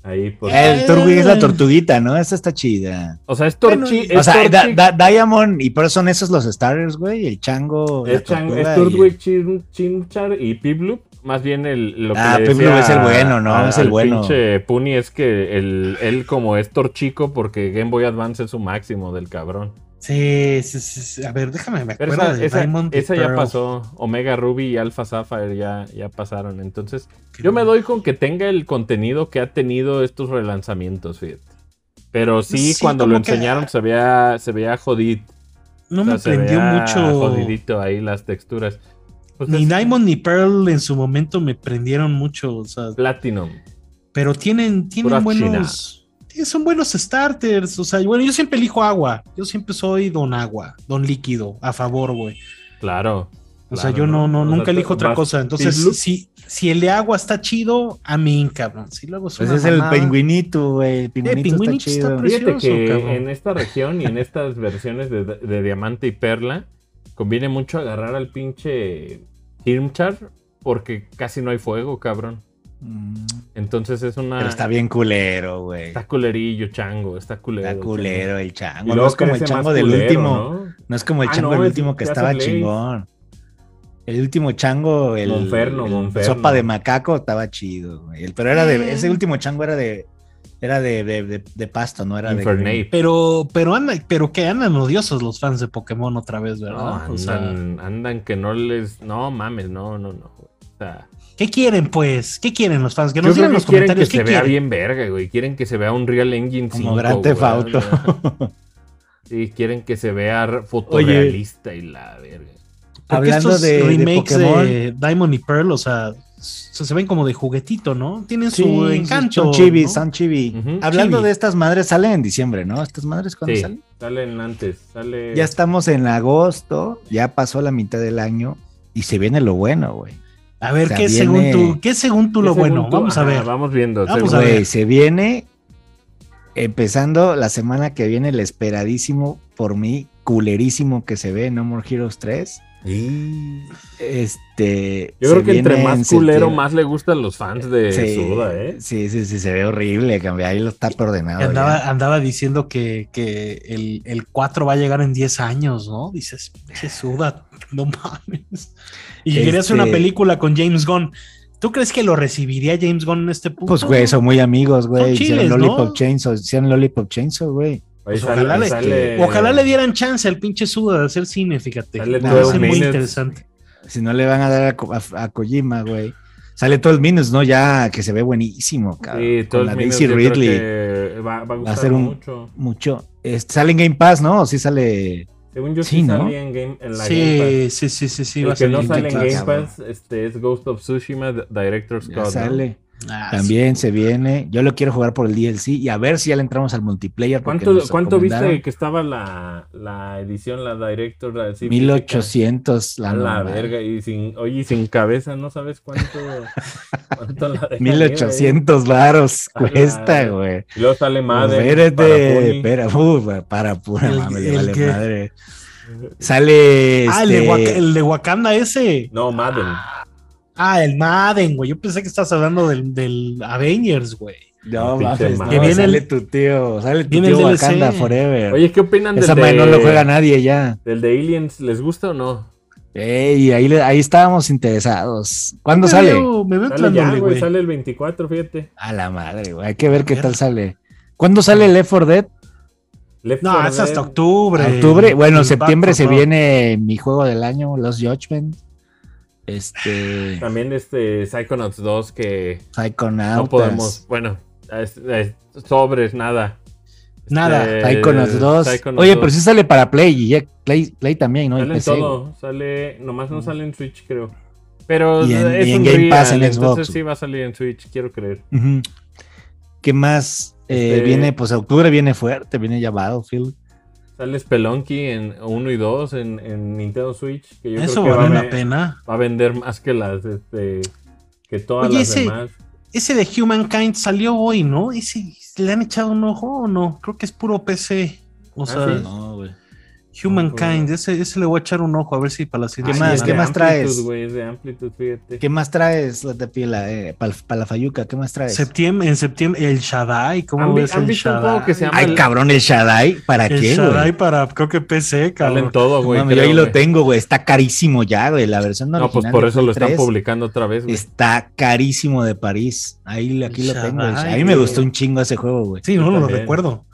C: Ahí, por...
A: El Turtwig es la tortuguita, ¿no? Esta está chida.
C: O sea, es Torchi...
B: Bueno,
C: es
A: o sea,
C: Torchic-
A: Da- Da- Diamond y pero son esos los Stars, güey. El chango. la
C: Es, Chang-
A: tortuga
C: es
A: y-
C: Turtwig, Chim- Chimchar y Pibloop. Más bien el, lo que
A: Ah,
C: le
A: Pibloop
C: decía
A: es el bueno, ¿no?
C: a-
A: Es el
C: al
A: bueno.
C: pinche Puni es que el- él como es torchico porque Game Boy Advance es su máximo del cabrón.
B: Sí, sí, sí, sí. A ver, déjame, me
C: Pero
B: acuerdo
C: esa,
B: de
C: esa-
B: Diamond
C: esa ya
B: Pearl.
C: pasó. Omega Ruby y Alpha Sapphire ya, ya pasaron. Entonces,
B: Qué
C: yo me
B: mal.
C: doy con que tenga el contenido que ha tenido estos relanzamientos, fíjate. Pero sí,
B: Sí,
C: cuando lo
B: como que-
C: enseñaron se veía, se veía jodid.
B: No
C: O sea,
B: me
C: se
B: prendió
C: veía
B: mucho.
C: Jodidito ahí las texturas. Pues
B: Ni
C: es
B: Diamond ni Pearl en su momento me prendieron mucho. o sea,
C: Platinum.
B: pero tienen, tienen
C: Puras
B: buenos. sí, Son buenos starters. O sea, bueno, yo siempre elijo agua. Yo siempre soy don agua, don líquido, a favor, güey.
C: Claro.
B: O sea,
C: claro,
B: yo no, no,
C: O sea,
B: nunca elijo otra
C: vas-
B: cosa. Entonces,
C: sin look.
B: si, si el de agua está chido, a mí, cabrón. Si luego es
A: Pues
B: una
A: es el
B: mamada-
A: pingüinito, güey. El pingüinito,
B: pingüinito está
A: está chido.
B: precioso.
C: Fíjate que
B: cabrón.
C: en esta región y en estas versiones de, de diamante y perla, conviene mucho agarrar al pinche Irmchar porque casi no hay fuego, cabrón.
A: Mm,
B: Ah.
C: Entonces es una.
A: Pero está bien culero, güey.
C: está culerillo, chango, está culero.
A: Está culero el
C: Y
A: chango.
C: luego
A: No es como el
C: crece más
A: chango del
C: culero,
A: último.
C: ¿no?
A: No es como el
C: Ah,
A: chango
C: no,
A: el
C: es
A: último que
C: Class
A: estaba
C: of Lace.
A: chingón. El último chango, el,
C: Monferno,
A: el
C: Monferno.
A: sopa de macaco estaba chido, güey. El- Pero era de, ese último chango era de, era de, de, de- de pasto, no era de.
C: Infernape.
B: Pero, pero, anda, pero que andan odiosos los fans de Pokémon otra vez,
C: No,
B: ¿verdad?
C: andan,
B: o sea,
C: andan que no les. No mames, no, no, no. güey. O sea,
B: ¿qué quieren, pues? ¿É quieren los fans? Que
C: yo
B: nos
C: creo
B: digan en los
C: que quieren que
B: comentarios
C: se
B: qué
C: vea
B: quieren.
C: bien verga, güey. Quieren que se vea un Real Engine 5.
A: Como Grand
C: güey.
A: Theft Auto.
C: Sí, quieren que se vea re- fotorrealista y la verga.
B: Porque
A: Hablando
B: estos
A: de- de
B: remakes
A: Pokémon.
B: de Diamond y Pearl, o sea, se, se ven como de juguetito, ¿no? Tienen
A: Sí,
B: su
A: sí,
B: encanto.
A: Son chibi,
B: ¿no?
A: son chibi.
C: Ujú.
A: Hablando
B: Chibi.
A: de estas madres, salen en diciembre, ¿no? Estas madres, ¿cuándo
C: Sí,
A: salen?
C: salen antes, sale.
A: Ya estamos en agosto, ya pasó la mitad del año y se viene lo bueno, güey.
B: A ver,
A: O sea,
B: ¿qué es según
A: viene-
B: tú? ¿Qué es según tú lo
C: Según
B: bueno?
C: tú,
B: Vamos a
C: ajá,
B: ver.
C: Vamos viendo.
B: Vamos
C: según-
B: a ver.
A: Güey, se viene empezando la semana que viene el esperadísimo por mí, culerísimo que se ve No More Heroes 3.
C: Y-
A: Este,
C: Yo
A: se
C: creo que entre
A: viene en
C: más culero,
A: septiembre.
C: más le gustan los fans de
A: Sí,
C: Suda, ¿eh?
A: Sí, sí, sí, se ve horrible, cambia, ahí lo está ordenado.
B: Que
A: ya.
B: andaba, andaba diciendo que, que el, el 4 va a llegar en 10 años, ¿no? Dices, se suda, no mames. Y quería hacer una
A: Este-
B: película con James Gunn. ¿Tú crees que lo recibiría James Gunn en este punto?
A: Pues, güey, son muy amigos, güey.
B: Son
A: Hicieron
B: chiles,
A: Lollipop
B: ¿no?
A: Chainsaw, hicieron Lollipop Chainsaw, güey.
C: Ahí
B: Pues ojalá le- Ojalá le dieran chance al pinche Suda de hacer cine, fíjate. Me
C: Dale
A: todo
B: parece
A: un
B: muy
C: minute.
B: interesante.
A: Si no le van a dar a, Ko- a- a Kojima, güey. Sale todo el minus, ¿no? Ya que se ve buenísimo, cabrón.
C: Sí,
A: Con
C: todos
A: la
C: los niños
A: Daisy
C: yo creo
A: Ridley.
C: que Va, va a gustar
A: ser un-
C: mucho.
A: Mucho. Este, sale en Game Pass, ¿no? ¿O sí sale.
C: Según yo,
A: Sí,
C: sí,
A: ¿no?
C: salía en, game, en la Game Pass.
B: Sí, sí, sí, sí, sí.
C: El
B: va a
C: que no
B: salir.
C: sale en
A: Game
C: Game
A: Pass.
C: Pass este, es Ghost of Tsushima D- Director's
A: Ya
C: Cut. Pues ¿no?
A: sale.
B: Ah, sí.
A: También se viene. Yo lo quiero jugar por el DLC y a ver si ya le entramos al multiplayer. porque
C: ¿Cuánto,
A: nos
C: cuánto viste
A: recomendaron
C: que estaba la, la edición, la Director's así física?
A: 1800 la,
C: A la
A: normal.
C: verga, y sin, oye, y sin cabeza, no
A: [laughs]
C: sabes cuánto, cuánto la dejan ir,
A: 1800 varos
C: A la
A: cuesta,
C: verga.
A: güey.
C: eh. Y luego
A: Pues
C: sale madre.
A: Espérate, espera, uh, para pura
B: El-
A: mame, le
B: el
A: vale
B: que-
C: Eh,
A: madre. Sale.
B: Ah, el de
A: este,
B: Wak- el de Wakanda ese.
C: No, Madden.
B: Ah, el Madden, güey. Yo pensé que estabas hablando del, del Avengers, güey.
A: No
C: Pinche
A: mames,
C: madre.
A: que
B: Que viene
A: sale
B: el-
A: tu tío, sale tu
B: viene el
A: tío
B: DLC.
A: Wakanda Forever.
C: Oye, ¿qué opinan del
A: Esa madre
C: de,
A: no lo juega nadie ya.
C: del de Aliens? ¿Les gusta o no?
A: Ey, ahí, le- ahí estábamos interesados. ¿Cuándo sale?
B: Me veo, me veo
C: Sale ya,
B: entrándole,
C: güey,
B: güey.
C: sale el 24, fíjate.
A: A la madre, güey. Hay que ver qué
B: ver.
A: tal sale. ¿Cuándo sale el Left 4 Dead?
C: Left
B: No,
C: 4
B: es hasta
C: Dead.
B: octubre.
A: Octubre. Bueno,
B: El
A: septiembre
B: Back
A: se
B: for
A: viene mi juego del año, Los Judgment. Este.
C: También este Psychonauts 2 que
A: Psychonautas.
C: no podemos, bueno, es- es- sobres, nada. Este,
B: Nada.
A: Psychonauts 2.
C: Eh, Psychonauts
A: Oye,
C: 2.
A: pero sí pues sale para Play y ya Play, Play también, ¿no? Y
C: Sale en
A: PC, güey.
C: todo, sale, nomás no sale en Switch, creo. Pero
A: Y en-
C: es
A: y en
C: un
A: Game Pass
C: Real,
A: en Xbox.
C: entonces sí va a salir en Switch, quiero creer.
A: Ujú. ¿Qué más? Eh,
C: Este-
A: Viene, pues octubre viene fuerte, viene ya Battlefield.
C: Sale Spelunky en 1 y 2 en, en Nintendo Switch, que yo
B: Eso
C: creo que va,
B: vale
C: a
B: la
C: ve-
B: pena.
C: va a vender más que las este que todas
B: Oye,
C: las
B: ese-
C: demás.
B: Ese de Humankind salió hoy, ¿no? Ese, ¿Le han echado un ojo o no? Creo que es puro PC. O
C: Ah,
B: sea,
C: sí.
A: No, güey.
B: Humankind, ese, ese le voy a echar un ojo a ver si para la siguiente.
A: ¿Qué
C: Ay,
A: más?
C: Ah, es
B: semana.
A: ¿Qué
C: de
A: más
C: Amplitude,
A: traes?
C: güey, es de Amplitude, fíjate.
A: ¿Qué más traes, la tepila, para la Fayuca? ¿Qué más traes?
B: Septiembre, en septiembre, el Shaddai, ¿cómo
C: ¿Han vi-
B: ves
C: han
B: el
C: visto un
B: Shaddai?
C: juego que se llama-
A: Ay, cabrón, el Shaddai, ¿para
B: El
A: qué,
B: Shaddai
A: güey?
B: para, creo que PC,
C: Sale
B: cabrón.
C: en todo,
A: No
C: güey.
A: mames, yo
C: creo,
A: ahí lo
C: güey.
A: tengo, güey. Está carísimo ya, güey. La versión
C: No,
A: original.
C: pues por
A: de
C: eso lo están
A: Play 3
C: publicando otra vez, güey.
A: Está carísimo de París. Ahí, aquí lo
B: El
A: tengo. güey.
B: Shaddai,
A: A mí me
B: güey.
A: gustó un chingo ese juego, güey.
B: Sí, no
C: Yo
B: lo
C: también.
B: recuerdo.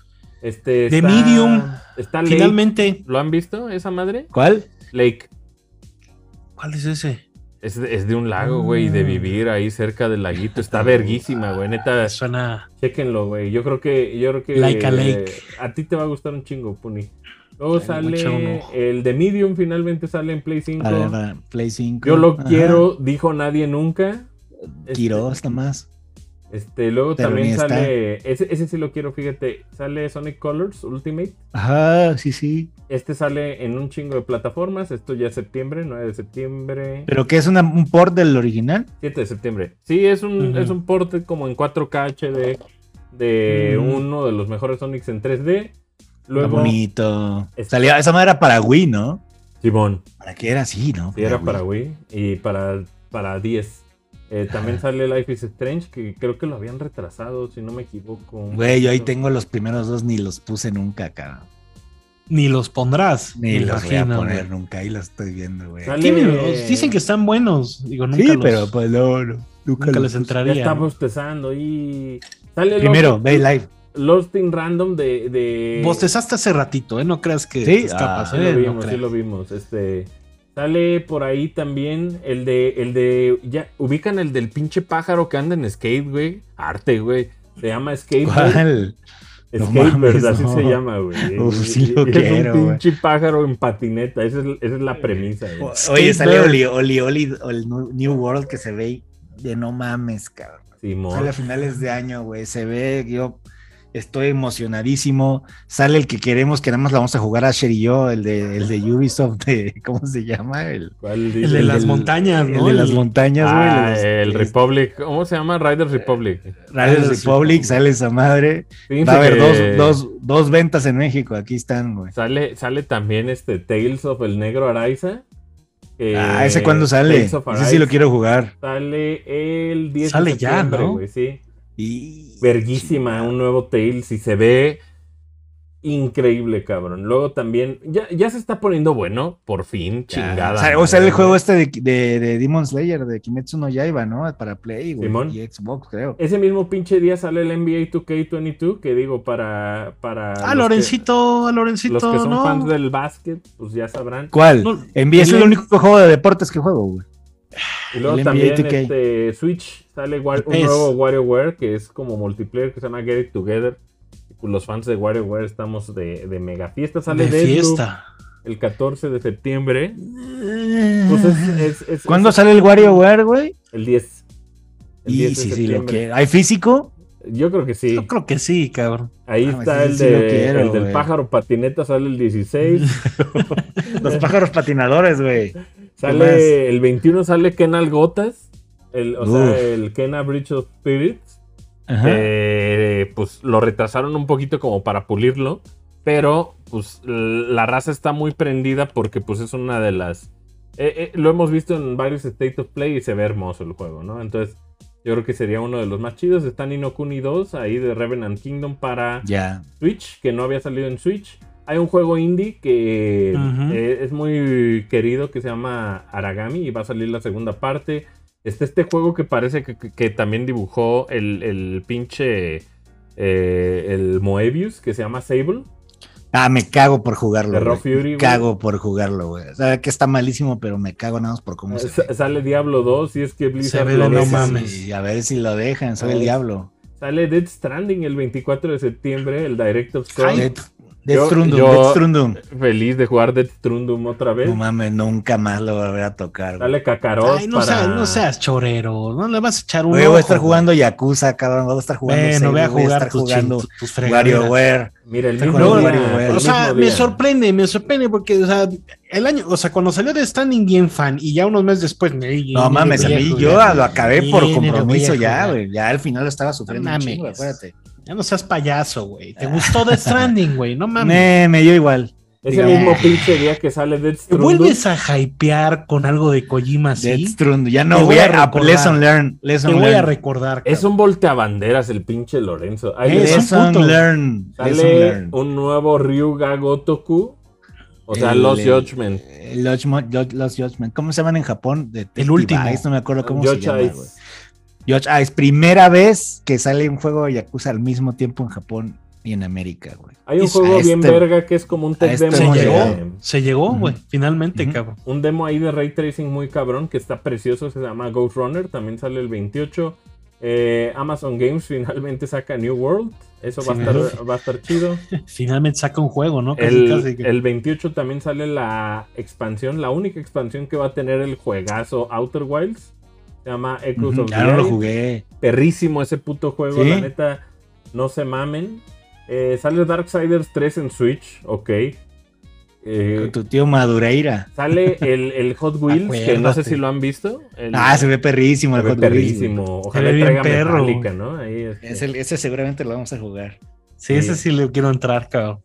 C: Este,
B: The
C: está-
B: Medium.
C: Está Lake.
B: Finalmente,
C: ¿Lo han visto esa madre?
A: ¿Cuál?
C: Lake.
B: ¿cuál es ese?
C: Es de, es de un lago, güey, y de vivir ahí cerca del laguito. Está verguísima, güey. Neta,
B: Suena.
C: chéquenlo, güey. Yo creo que. Yo creo que
B: Like a lake.
C: a ti te va a gustar un chingo, Puni. Luego
B: Ay, le voy a echar un
C: sale.
B: ojo.
C: El de Medium finalmente sale en Play 5.
A: A ver, para Play 5.
C: Yo lo
A: Ajá.
C: quiero, dijo nadie nunca. Este,
A: Quiero hasta más.
C: Este, luego
A: Pero ni
C: también
A: está.
C: sale. Ese, ese sí lo quiero, fíjate. Sale Sonic Colors Ultimate.
A: Ajá, sí, sí.
C: Este sale en un chingo de plataformas. Esto ya es septiembre, 9 de septiembre.
A: ¿Pero que es una- un port del original?
C: 7 de septiembre. Sí, es un,
B: Ujú.
C: es un porte como en 4K HD de
B: Mm.
C: uno de los mejores Sonics en 3D.
A: Está
C: Luego, este,
A: bonito.
C: Es-
A: Salió, esa madre era para Wii, ¿no?
C: Simón,
A: ¿Para qué era así, no?
C: sí, era para Wii y para, para 10. Eh, también sale Life is Strange, que creo que lo habían retrasado, si no me equivoco. un
A: Güey, yo ahí
C: poquito.
A: tengo los primeros dos, ni los puse nunca, cabrón.
B: Ni los pondrás.
A: Ni
B: me
A: los voy a
B: imagino,
A: poner
B: güey.
A: nunca, ahí los estoy viendo, güey.
C: Sale-
B: Tímelos, Dicen que están buenos. Digo, nunca,
A: Sí,
B: los-
A: pero pues no, no, nunca,
B: nunca
A: los
B: les
A: puse.
C: Ya
B: entraría.
C: está
B: ¿no?
C: bostezando y. Sale Lost-
A: Primero, ve live.
C: Lost in Random de. de...
B: Bostezaste hace ratito, ¿eh? No creas que
A: Sí,
B: te escapas,
A: ah,
C: Sí
B: ¿eh?
C: lo
B: No
C: vimos, sí
B: creas.
C: lo vimos. Este sale por ahí también el de el de ya ubican el del pinche pájaro que anda en skate, güey. Arte, güey. Se llama Skate. Bird.
A: ¿Cuál? No
C: Skate
A: mames,
C: Bird, así
A: no.
C: se llama, güey.
A: Uf,
C: Y-
A: sí lo
C: y
A: quiero,
C: Es un
A: güey.
C: pinche pájaro en patineta. Esa es, esa es la premisa, güey.
A: O- Oye, sale
B: Skatebird.
A: Oli, Oli, Oli, o el nu- New World que se ve ahí de no mames, cabrón.
C: Simón.
A: Sale a finales de año, güey. Se ve, yo estoy emocionadísimo. Sale el que queremos, que nada más lo vamos a jugar Asher y yo, el de, el de Ubisoft, de, ¿cómo se llama? El,
C: ¿Cuál
B: El
C: dice?
B: de
A: El
B: las
A: del-
B: montañas,
A: el
B: ¿no?
A: de las montañas, güey.
C: Ah,
A: los- este
C: el ah,
A: los-
C: Republic. ¿Cómo se llama? Riders Republic.
A: Riders Republic, sale esa madre.
C: Fíjense
A: Va a haber
C: que
A: dos, dos, dos ventas en México, aquí están, güey.
C: Sale, sale también este Tales of el Negro Araiza. que-
A: ah, ese cuándo sale.
C: Tales Eh, of
A: Ese sí lo
C: Arise.
A: quiero jugar.
C: Sale el 10
B: Sale
C: de
B: ya,
C: septiembre,
B: ¿no?
C: güey, sí.
A: Y...
C: Verguísima, un nuevo Tails y se ve increíble, cabrón. Luego también, ya, ya se está poniendo bueno, por fin, chingada.
A: O sea,
C: madre,
A: o sea, el
C: güey.
A: juego este de, de, de Demon Slayer, de Kimetsu no Yaiba, ¿no? Para Play, güey.
C: Simón.
A: Y Xbox, creo.
C: Ese mismo pinche día sale el NBA 2K22, que digo, para... para los
B: Ah,
C: que-
B: Lorencito, a Lorencito,
C: los que son
B: ¿no?
C: fans del básquet, pues ya sabrán.
A: ¿Cuál?
B: No,
A: En vi- es
B: el-
A: el único juego de deportes que juego, güey.
C: Y luego
A: el NBA
C: también
A: 2K.
C: este Switch sale wa- un
B: Es.
C: nuevo WarioWare que es como multiplayer que se llama Get It Together. Y, pues, Los fans de WarioWare estamos de, de mega fiesta. Sale
B: de
C: Deathloop
B: fiesta.
C: el 14 de septiembre. Pues es, es- es-
A: ¿Cuándo
C: es
A: sale el WarioWare, güey?
C: El 10. El
A: Y
C: 10 de
A: sí, sí, lo
C: septiembre.
A: quiero. ¿Hay físico?
C: Yo creo que sí.
B: Yo creo que sí, cabrón.
C: Ahí
A: Ah, ese
C: está el,
A: sí
C: de-
A: lo quiero,
C: el del
A: güey.
C: pájaro patineta, sale
A: [laughs]
C: el 16.
A: Los pájaros patinadores, güey. más?
C: sale el 21, sale Kenal Gotas. El, o
A: Uf.
C: sea, el Kena Bridge of Spirits.
A: Ajá.
C: Eh, pues lo retrasaron un poquito como para pulirlo, pero pues l- la raza está muy prendida porque pues es una de las... eh, eh, lo hemos visto en varios State of Play y se ve hermoso el juego, ¿no? Entonces yo creo que sería uno de los más chidos. Está Nino Kuni 2 ahí de Revenant Kingdom para
A: Ya.
C: Switch, que no había salido en Switch. Hay un juego indie que
B: Ujú.
C: eh, es muy querido que se llama Aragami y va a salir la segunda parte. Está este juego que parece que, que- que también dibujó el, el pinche eh, el Moebius que se llama Sable.
A: Ah, me cago por jugarlo.
C: De Raw
A: güey. Me
C: Fury, güey.
A: cago por jugarlo, güey. O sea, que está malísimo, pero me cago nada más por cómo se.
C: Eh, Sa- Sale Diablo 2 y es que Blizzard
B: ve de
C: lo
B: no
A: ve.
C: deja.
B: mames.
A: Y a ver si lo dejan, soy
C: A
A: el
C: ver.
A: diablo.
C: Sale Dead Stranding el 24 de septiembre, el Direct of
A: Death
C: Scott. Yo-
A: Death Stranding,
C: yo-
A: Death Stranding.
C: Feliz de jugar Dead Stranding otra vez.
A: No mames, nunca más lo volveré a tocar. güey.
C: Sale Kakarot
B: Ay, no,
C: para-
B: seas, no seas chorero. No le vas a echar un.
A: Güey, voy a estar
B: ojo,
A: jugando Yakuza, cabrón. Voy a estar
B: güey.
A: jugando.
B: Bueno,
A: Zelda,
B: ve a
A: voy
B: jugar
A: estar
B: tus,
A: jugando
B: jugando tus fregaderas.
A: WarioWare.
C: Mira, el
A: Está
C: mismo
B: jugando
C: día,
A: WarioWare.
C: el
B: O sea,
C: mismo
B: me
C: día.
B: sorprende, me sorprende porque, o sea, el año, o sea, cuando salió de Standing bien fan y ya unos meses después. me-
A: No mames, a
B: me-
A: mí
B: me-
A: yo
B: ya,
A: lo acabé por
B: Mira,
A: compromiso
B: voy a
A: ya,
B: jugar.
A: güey. Ya al final lo estaba sufriendo
B: No
A: un
B: mames.
A: chingo, acuérdate.
B: Ya no seas payaso, güey. Te gustó de Stranding, güey. No mames.
A: Me, me dio igual.
C: Es el
A: Digamos.
C: mismo pinche día que sale Dead
B: Te
C: Stranding.
B: vuelves a hypear con algo de Kojima,
A: Death
B: ¿Ah, ¿sí?
A: Stranding, Ya no
B: Te
A: voy,
B: voy a
A: a.
B: recordar.
A: lesson learn. Lesson
B: Te voy a
A: learn.
B: recordar.
C: Es
B: cabrón.
C: un volteabanderas el pinche Lorenzo. Ahí
B: Es
C: les va.
B: un
A: Lesson
B: puto.
A: learn. Lesson
C: sale
A: learn.
C: un nuevo Ryuga Gotoku. O sea,
A: El-
C: Los Judgment.
A: El Lodge Mo- Lodge- Los Judgment. ¿Cómo se llaman en Japón? Detective
B: El último.
A: Eyes, no me acuerdo cómo se
C: Judge
A: llama,
C: Eyes.
A: güey. George Ice, primera vez que sale un juego de Yakuza al mismo tiempo en Japón. y en América, güey.
C: Hay un
A: Y
C: juego
A: a
C: bien
A: este-
C: verga que es como un
A: a
C: tech
A: este
C: demo.
B: Se
A: hemos
C: de-
B: llegó, se llegó,
A: Ujú.
B: güey. Finalmente,
A: Ujú.
B: cabrón.
C: Un demo ahí de ray tracing muy cabrón que está precioso, se llama Ghost Runner, también sale el 28. Eh, Amazon Games [laughs] finalmente saca New World, eso va, a
B: Sí,
C: estar, va a estar chido.
B: Finalmente saca un juego, ¿no? Casi,
C: El,
B: casi que-
C: el 28 también sale la expansión, la única expansión que va a tener el juegazo Outer Wilds. Se llama Echoes
A: Ujú,
C: of
A: Ya
C: the
A: no lo
C: Eye.
A: jugué.
C: Perrísimo ese puto juego,
A: ¿Sí?
C: la neta, no se mamen. Eh, sale Darksiders 3 en Switch, ok. Eh,
A: Con tu tío Madureira.
C: Sale el, el
A: [laughs]
C: Hot Wheels, que no sé
B: Acuérdate.
C: si lo han visto. El-
A: Ah, se ve perrísimo
C: se
A: el
C: ve
A: Hot Wheels, güey.
C: perrísimo. Ojalá
B: Se ve
C: traiga
B: bien perro.
C: Metallica, ¿no? Ahí, este.
A: Es el- ese seguramente lo vamos a jugar.
B: Sí, ese sí le quiero entrar, cabrón.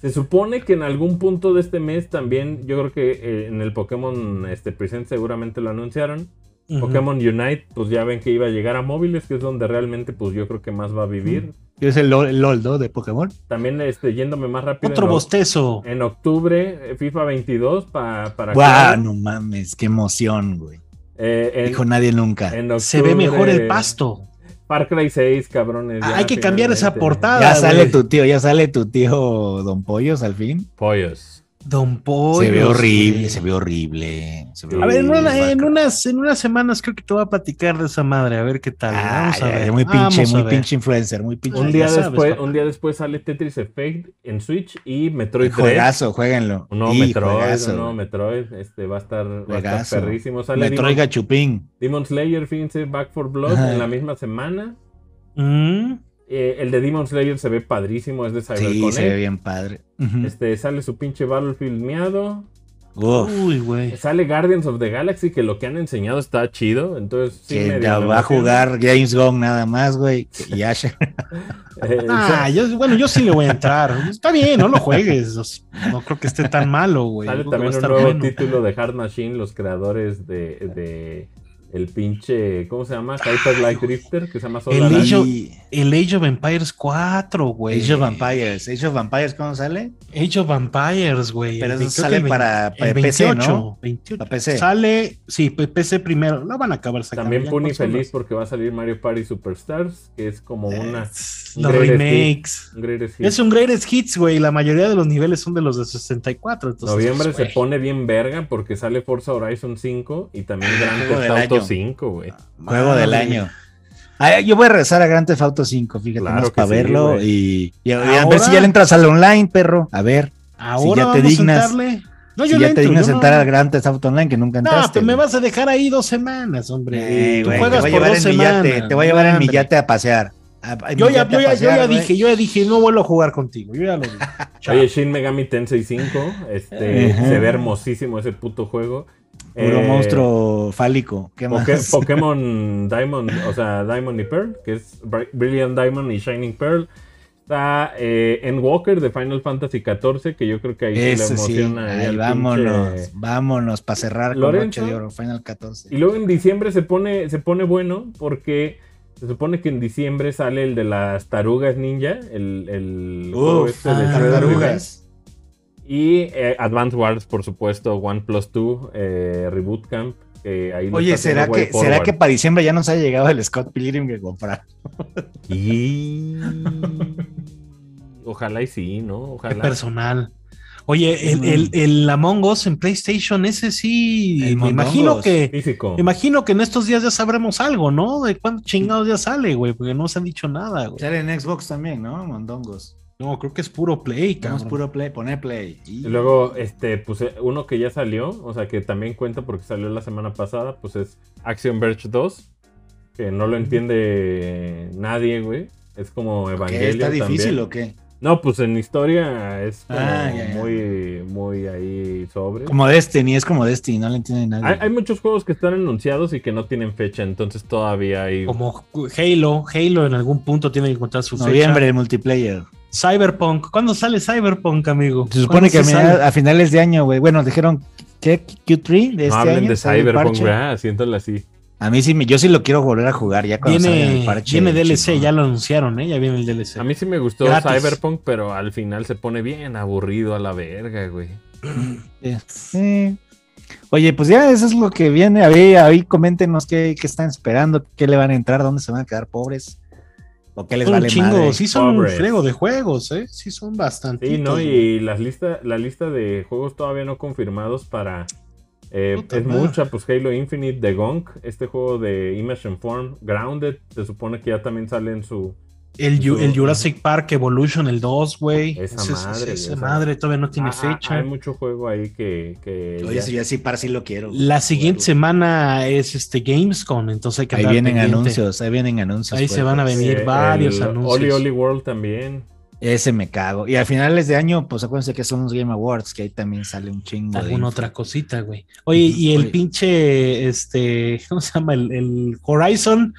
C: Se supone que en algún punto de este mes también, yo creo que eh, en el Pokémon este, Present seguramente lo anunciaron.
B: Ujú.
C: Pokémon Unite, pues ya ven que iba a llegar a móviles, que es donde realmente pues yo creo que más va a vivir.
A: Es el LOL, el LOL, ¿no? De Pokémon.
C: También este, yéndome más rápido.
B: Otro
C: en, oc-
B: bostezo.
C: en octubre, eh, FIFA 22 pa- para...
A: ¡Guau!
C: Cloud.
A: No mames, qué emoción, güey.
C: Eh, en-
A: Dijo nadie nunca.
C: en
B: Se ve mejor el
C: octubre,
B: pasto.
C: Far Cry 6, cabrones.
B: Ah,
C: ya,
B: hay que cambiar esa
C: finalmente.
B: portada.
A: Ya
B: güey.
A: sale tu tío, ya sale tu tío Don Pollos al fin.
C: Pollos.
B: Don Pollo.
A: se ve horrible,
B: güey.
A: se ve horrible. se ve
C: A
B: A ver, en,
A: horrible,
B: una- en
A: vaca.
B: unas, en unas semanas creo que te voy a platicar de esa madre. A ver qué tal.
A: Ah,
B: Vamos a
A: ya,
B: ver.
A: ya, muy
B: Vamos
A: pinche,
B: a
A: muy
B: ver.
A: pinche influencer, muy pinche.
C: Un
B: Ya
C: día,
B: sabes,
C: después,
B: papá.
C: un día después sale Tetris Effect en Switch y Metroid 3.
A: Juegazo, jueguenlo.
C: Un nuevo
A: Sí,
C: Metroid,
A: juegazo,
C: un nuevo
A: güey.
C: Metroid. Este va a estar, va a estar
A: Juegazo.
C: perrísimo. Sale
A: Metroid
C: Demon,
A: Gachupín.
C: Demon Slayer, fíjense, Back for Blood
A: Ajá.
C: en la misma semana.
B: Mm,
C: Eh, el de Demon Slayer se ve padrísimo, es de
A: Sí,
C: CyberConnect.
A: se ve bien padre. Ujú.
C: Este, sale su pinche Battlefield miado.
A: Uf,
B: Uy, güey.
C: Sale Guardians of the Galaxy, que lo que han enseñado está chido. Entonces, sí,
A: que
C: medio
A: ya
C: me
A: va a
C: emociona.
A: jugar James Gong nada más, güey. Y
B: [laughs]
A: Asher.
C: Eh,
B: Ah, yo, bueno, yo sí le voy a entrar.
C: [laughs]
B: Está bien, no lo juegues. O sea, No creo que esté tan malo, güey.
C: Sale
B: Yo creo que
C: también
B: va a
C: un
B: estar
C: nuevo
B: bueno.
C: título de Hard Machine, los creadores de, de el pinche, ¿cómo se llama? Hyper Light Drifter, que se llama Solar
B: El
C: Ash.
B: Age of-
A: Y-
B: El Age of Empires 4, güey.
A: Age of Vampires. Age of Vampires, ¿cómo sale?
B: Age of Vampires, güey.
A: Pero
B: El
A: eso
B: 28,
A: sale
B: el vein-
A: para-
B: el
A: para PC,
B: 28,
A: ¿no?
B: 28.
A: Para PC.
B: Sale, sí, pues, PC primero. La van a acabar sacando.
C: También
B: ya
C: Puni
B: consolas.
C: feliz porque va a salir Mario Party Superstars, que es como una un
B: Los
C: greatest
B: remakes.
C: un greatest hit.
B: Es un greatest hits, güey. La mayoría de los niveles son de los de 64. Entonces,
C: Noviembre
B: pues,
C: se
B: güey.
C: pone bien verga porque sale Forza Horizon 5 y también Grand
A: Juego
C: Theft
A: Ah, del
C: Auto
A: año. Ah,
C: 5, güey.
A: Juego
B: Madre.
A: del año. Ah, yo voy a regresar a Grand Theft Auto 5, fíjate,
C: Claro
A: más
C: que
A: para
C: sí,
A: verlo
C: güey.
A: y, y a, y a
B: Ahora-
A: ver si ya le entras al online, perro. A ver,
B: Ahora
A: ya te
B: vamos
A: dignas-
B: a sentarle. No,
A: si ya
B: le
A: te
B: entro,
A: dignas
B: yo
A: sentar
B: no-
A: al Grand Theft Auto Online que nunca entraste.
B: No, pero me
A: güey.
B: vas a dejar ahí dos semanas, hombre.
A: Eh,
B: Tú
A: güey, te
B: juegas
A: voy a
B: por
A: llevar
B: dos
A: en mi yate,
B: semanas.
A: te voy a llevar en mi
B: hombre.
A: yate a pasear. A- a- en
B: Yo
A: mi
B: ya,
A: yate a
B: yo ya, yo ya
A: pasear, güey.
B: dije, yo ya dije, no vuelvo a jugar contigo. Yo ya
C: [laughs]
B: lo dije. Chao.
C: Oye, Shin Megami Tensei 5, este,
A: Ajá.
C: se ve hermosísimo ese puto juego.
A: Puro
C: Eh,
A: monstruo fálico. ¿Qué más?
C: Poké- Pokémon Diamond, o sea, Diamond y Pearl, que es Bri- Brilliant Diamond y Shining Pearl. Está eh, En Walker de Final Fantasy XIV, que yo creo que ahí se le
A: Eso sí,
C: emociona. ahí
A: ahí
C: al
A: vámonos,
C: pinche-
A: vámonos para cerrar con
C: Lorenzo.
A: noche de oro, Final 14.
C: Y luego en diciembre se pone, se pone bueno porque se supone que en diciembre sale el de las tarugas ninja, el, el juego
A: Uf,
C: este de
B: ah,
C: Shredder
B: tarugas.
C: Y eh, Advance Wars, por supuesto, One Plus 2, eh, Reboot Camp. que ahí lo
A: Oye,
C: está
A: ¿será que,
C: haciendo Way
A: ¿será que
C: Forward.
A: para diciembre ya nos ha llegado el Scott Pilgrim que comprar?
C: Y... Ojalá y sí, ¿no? Ojalá.
B: Personal. Oye, el, el, el Among Us en PlayStation, ese sí,
A: El
B: me
A: Among
B: imagino
A: Us.
B: que,
C: Físico.
B: me imagino que en estos días ya sabremos algo, ¿no? De cuándo chingados ya sale, güey, porque no se han dicho nada, güey.
A: Sale en Xbox también, ¿no? Mondongos.
B: No, creo que es puro play,
A: Vamos
B: cabrón.
A: puro play, poner play. Y
C: Y luego, este, pues eh, uno que ya salió, o sea, que también cuenta porque salió la semana pasada, pues es Action Verge 2, que no lo entiende nadie, güey. Es como
A: ¿Qué,
C: Evangelio.
A: ¿Está difícil
C: también.
A: o qué?
C: No, pues en historia es como
A: Ah, ya, ya.
C: muy, muy ahí sobre.
A: Como Destiny, es como Destiny, no le entiende nadie.
C: Hay, hay muchos juegos que están anunciados y que no tienen fecha, entonces todavía hay.
B: Como Halo, Halo en algún punto tiene que encontrar su
A: Noviembre, el multiplayer.
B: fecha. Cyberpunk, ¿cuándo sale Cyberpunk, amigo?
A: Se supone
B: ¿Cuándo
A: que a,
B: se
A: mina-
B: sale?
A: a finales de año, güey. Bueno, dijeron que Q3 de
C: No
A: este
C: hablen
A: año.
C: de
A: sale el
C: Cyberpunk,
A: parche.
C: ¿verdad? Siéntala así.
A: A mí sí, me- yo sí lo quiero volver a jugar ya cuando salga
B: viene,
A: el parche.
B: viene DLC,
A: chingón.
B: ya lo anunciaron, ¿eh? Ya viene el DLC.
C: A mí sí me gustó
B: Gratis.
C: Cyberpunk, pero al final se pone bien aburrido a la verga, güey.
A: Sí. Oye, pues ya eso es lo que viene. A ver, ahí coméntenos qué, qué están esperando, qué le van a entrar, dónde se van a quedar pobres. ¿O qué les
B: Son un
A: vale
B: chingo,
A: madre?
B: sí son
C: Pobres.
B: un frego de juegos, ¿eh? Sí son bastante.
C: Sí, ¿no? Y las lista, la lista de juegos todavía no confirmados para... eh,
B: Puta
C: es
B: madre.
C: mucha, pues Halo Infinite, The Gong, este juego de Image and Form, Grounded, se supone que ya también sale en su...
B: El, Ju- el Jurassic Park Evolution, el 2, güey.
C: Esa
B: Ese- ese-
C: madre,
B: esa
C: esa-
B: madre todavía no tiene
C: Ah, ah,
B: fecha.
C: Hay mucho juego ahí que... que
A: Oye,
C: ya-
A: si yo sí, par sí lo quiero.
B: La siguiente semana es este Gamescom, entonces hay que
A: Ahí
B: andar
A: vienen
B: pendiente.
A: anuncios, ahí vienen anuncios.
B: Ahí se van a
A: fuertes.
B: venir
C: eh,
B: varios
C: el
B: anuncios.
C: Oli Oli World también.
A: Ese me cago. Y a finales de año, pues acuérdense que son los Game Awards, que ahí también sale un chingo. de
B: Alguna
A: info.
B: otra cosita, güey. Oye, y el
A: Oye.
B: pinche, este, ¿cómo se llama? El, el Horizon,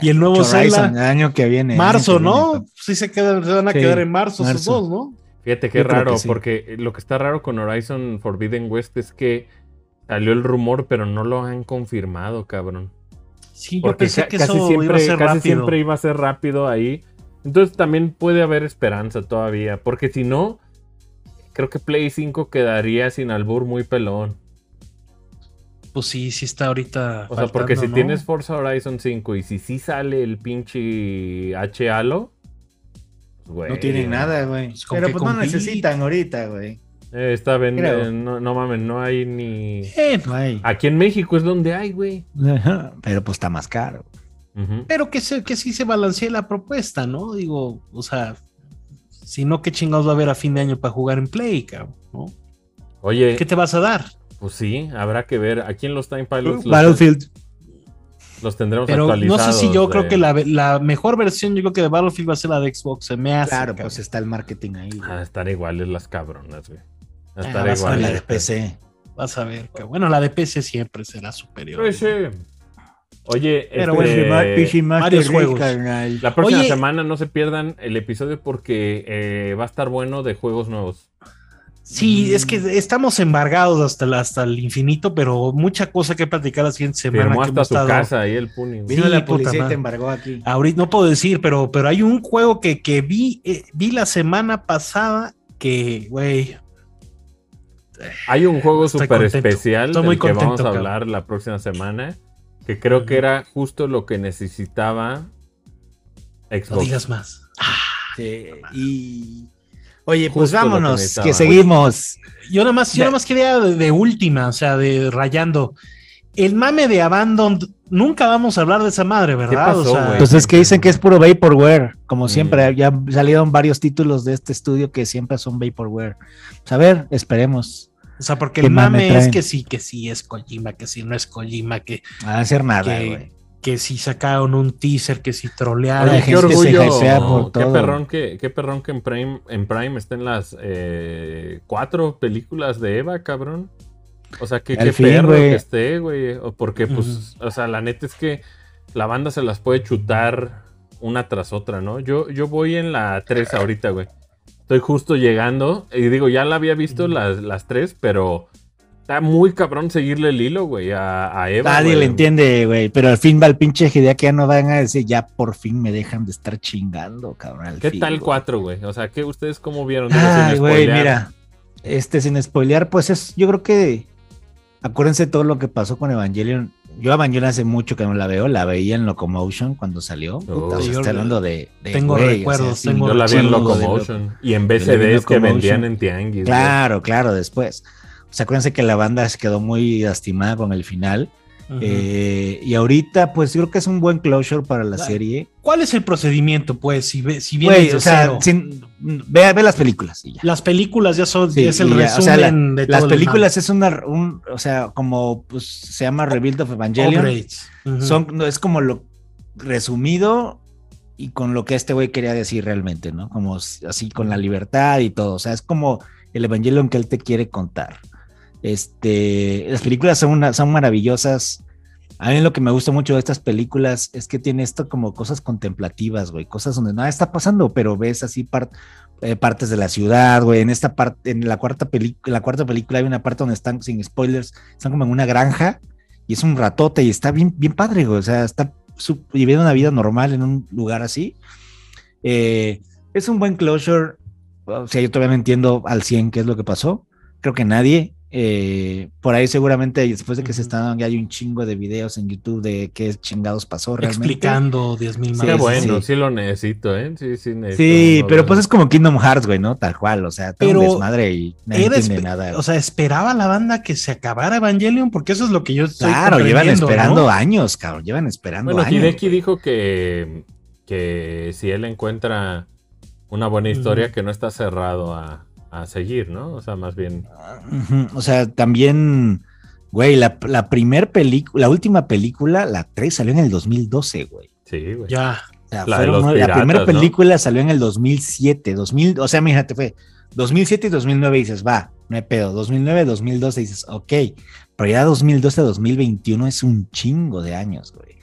B: Y el nuevo
A: Horizon,
B: Zelda.
A: el año que viene. el año
B: marzo,
A: que viene,
B: ¿no? Sí se, quedan, se van a
A: Sí,
B: quedar en marzo, esos
A: marzo.
B: dos, ¿no?
C: Fíjate qué
A: Yo creo que
C: raro,
A: sí.
C: porque lo que está raro con Horizon Forbidden West es que salió el rumor, pero no lo han confirmado, cabrón.
B: Sí, yo
C: Porque
B: pensé
C: ca-
B: que
C: casi,
B: eso
C: siempre,
B: iba a ser
C: casi
B: rápido.
C: siempre iba a ser rápido ahí. Entonces también puede haber esperanza todavía, porque si no, creo que Play 5 quedaría sin albur muy pelón.
B: Pues sí, sí está ahorita.
C: O sea, porque
B: faltando,
C: si
B: ¿no?
C: tienes Forza Horizon 5 y si sí sale el pinche H Halo, pues, güey,
A: No tienen nada, güey.
B: Pues, ¿con
A: Pero
B: qué
A: pues no
B: compite?
A: necesitan ahorita, güey.
C: Eh, está ven-
A: Creo.
C: eh, no, no mames, no hay ni...
B: Eh,
A: No hay.
C: Aquí en México es donde hay, güey.
B: Ah.
A: Ajá, [laughs] Pero pues está más caro.
C: Ujú.
B: pero que, se, que sí se balancee la propuesta, ¿no? Digo, o sea, si no, ¿qué chingados va a haber a fin de año para jugar en Play, cabrón? ¿no?
C: Oye,
B: ¿Qué te vas a dar?
C: pues sí, habrá que ver. Aquí en los Time Pilots los,
A: Battlefield.
C: los tendremos
B: Pero no
C: actualizados.
B: sé si yo creo
C: de-
B: que la, la mejor versión, yo creo que de Battlefield va a ser la de Xbox, se me hace.
A: Claro,
B: cabrón.
A: pues está el marketing ahí. güey.
C: Van a estar iguales las cabronas, güey. Van
B: Ah,
C: a estar
B: vas a
A: Con
C: iguales.
A: la de PC.
B: Vas a ver, cabrón. Bueno, la de PC siempre será superior.
C: Sí, sí. Oye,
B: Pero
C: este,
B: varios juegos.
C: la próxima
B: Oye.
C: semana no se pierdan el episodio porque eh, va a estar bueno de juegos nuevos.
B: Sí,
A: Mm.
B: es que estamos embargados hasta, el- hasta el infinito, pero mucha cosa que platicar la siguiente semana.
C: Firmó
B: que
C: hasta
B: hemos
C: su
B: estado-
C: casa ahí el Puni.
A: Vino
B: Sí,
A: la Ah,
B: puta
A: policía y te
B: madre.
A: embargó aquí.
B: Ahorita no puedo decir, pero, pero hay un juego que, que vi, eh, vi la semana pasada que, güey,
C: Hay un juego
B: Estoy
C: súper
B: contento.
C: especial
B: Estoy
C: del
B: muy
C: que vamos a
B: contento,
C: hablar la próxima semana, que creo que era justo lo que necesitaba Xbox.
B: no digas más.
A: Sí, y. Oye,
C: Justo
A: pues
C: lo que
A: vámonos,
C: necesitaba.
A: que seguimos.
B: Yo nada más, yo
A: Ve-
B: nada más quería de, de última, o sea, de rayando. El mame de Abandoned, nunca vamos a hablar de esa madre, ¿verdad?
C: pasó,
B: o sea,
C: güey?
A: Pues es que dicen que es puro vaporware, como
C: Mm.
A: siempre. Ya salieron varios títulos de este estudio que siempre son vaporware. Pues a ver, esperemos.
B: o sea, porque
A: ¿Qué
B: el
A: mame
B: mame es
A: traen?
B: que sí, que sí es Kojima, que sí no es Kojima, que,
A: A hacer nada,
B: Que-
A: güey.
B: que sí sacaron un teaser, que sí trolearon.
A: la
C: Oye,
B: que
C: qué
A: gente
B: sí-
A: se
C: orgullo.
A: hypea por
C: qué
A: todo.
C: perrón que, qué perrón que en Prime, en Prime estén las eh, cuatro películas de Eva, cabrón. O sea, que,
A: Al
C: qué
A: fin,
C: perro
A: güey.
C: que esté, güey. O Porque, pues, o sea, la neta es que la banda se las puede chutar una tras otra, ¿no? Yo, yo voy en la 3 ahorita, güey. Estoy justo llegando. Y digo, ya la había visto
B: Ujú.
C: las, las tres, pero está muy cabrón seguirle el hilo, güey, a, a Eva.
A: Nadie
C: güey.
A: le entiende, güey. Pero al fin va el pinche Hidea que ya no van a decir, ya por fin me dejan de estar chingando, cabrón. al
C: ¿Qué
A: fin,
C: tal
A: güey.
C: cuatro, güey? O sea, ¿qué ustedes cómo vieron? Digo, sin
A: Ay, güey,
C: spoilear.
A: mira. Este, sin spoilear, pues es, yo creo que. Acuérdense todo lo que pasó con Evangelion. Yo Evangelion hace mucho que no la veo, la veía en Locomotion cuando salió. Puta, o sea,
B: yo
A: está
B: la-
A: hablando de. de,
B: tengo
A: güey, o sea,
B: recuerdos,
A: sin-
B: tengo
C: Yo la vi en
A: chingo de
C: Locomotion y en
A: Yo la vi en
C: BCDs que
A: Locomotion.
C: vendían en Tianguis.
A: Claro, claro, después. O sea, acuérdense que la banda se quedó muy lastimada con el final.
B: Ujú.
A: Eh, y ahorita, pues yo creo que es un buen closure para la
B: Claro.
A: serie.
B: ¿Cuál es el procedimiento, pues? Si, ve- si vienes
A: Güey,
B: de
A: o sea,
B: cero?
A: sin- ve, ve las películas y ya.
B: Las películas ya son,
A: Sí,
B: es el
A: y ya,
B: resumen
A: o sea, la-
B: de
A: Las
B: todo el
A: películas es una, un, o sea, como pues, se llama Rebuild of
B: mame.
A: Evangelion.
B: Upgrades. Ujú.
A: Son, no, es como lo resumido y con lo que este güey quería decir realmente, ¿no? Como s- así con la libertad y todo. O sea, es como el Evangelion que él te quiere contar. Este, las películas son, una- son maravillosas. A mí lo que me gusta mucho de estas películas es que tiene esto como cosas contemplativas, güey, cosas donde nada está pasando, pero ves así par- eh, partes de la ciudad, güey. En esta parte, en la cuarta película, la cuarta película hay una parte donde están sin spoilers, están como en una granja y es un ratote y está bien, bien padre, güey. O sea, está su- viviendo una vida normal en un lugar así. Eh, es un buen closure. O sea, yo todavía no entiendo al 100 qué es lo que pasó. Creo que nadie. Eh, por ahí seguramente después de que se están ya hay un chingo de videos en YouTube de qué chingados pasó realmente.
B: Explicando 10.000 más.
C: Qué
A: sí,
C: bueno,
A: sí.
C: sí. lo necesito, ¿eh? Sí, sí, necesito
A: Sí,
C: uno
A: pero
C: de-
A: pues es como Kingdom Hearts, güey, ¿no? Tal cual, o sea, todo
B: Pero
A: un desmadre y no
B: Era
A: entiende
B: espe-
A: nada.
B: O sea, esperaba la banda que se acabara Evangelion, porque eso es lo que yo estoy
A: claro, llevan
B: comprendiendo, ¿no?
A: esperando años, cabrón, llevan esperando
C: Bueno,
A: años.
C: Hideki dijo que, que si él encuentra una buena historia,
B: Ujú.
C: que no está cerrado a, a seguir, ¿no? O sea, más bien.
A: Ujú, O sea, también, güey, la, la primer película, la última película, la 3 salió en el 2012, güey.
C: Sí, güey.
B: Ya,
A: O sea,
C: La de
A: fueron
C: los
A: nueve- la
C: piratas,
A: primera
C: ¿no?
A: película salió en el 2007, 2000, o sea, fíjate, fue 2007 y 2009 dices, va, no hay pedo, 2009, 2012 dices, ok, pero ya 2012 a 2021 es un chingo de años, güey.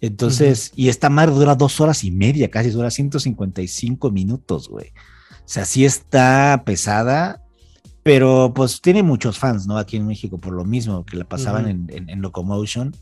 A: Entonces, y esta madre dura dos horas y media, casi dura 155 minutos, güey. O sea, sí está pesada, pero pues tiene muchos fans, ¿no? Aquí en México, por lo mismo, que la pasaban
B: Ujú.
A: en, en- en Locomotion.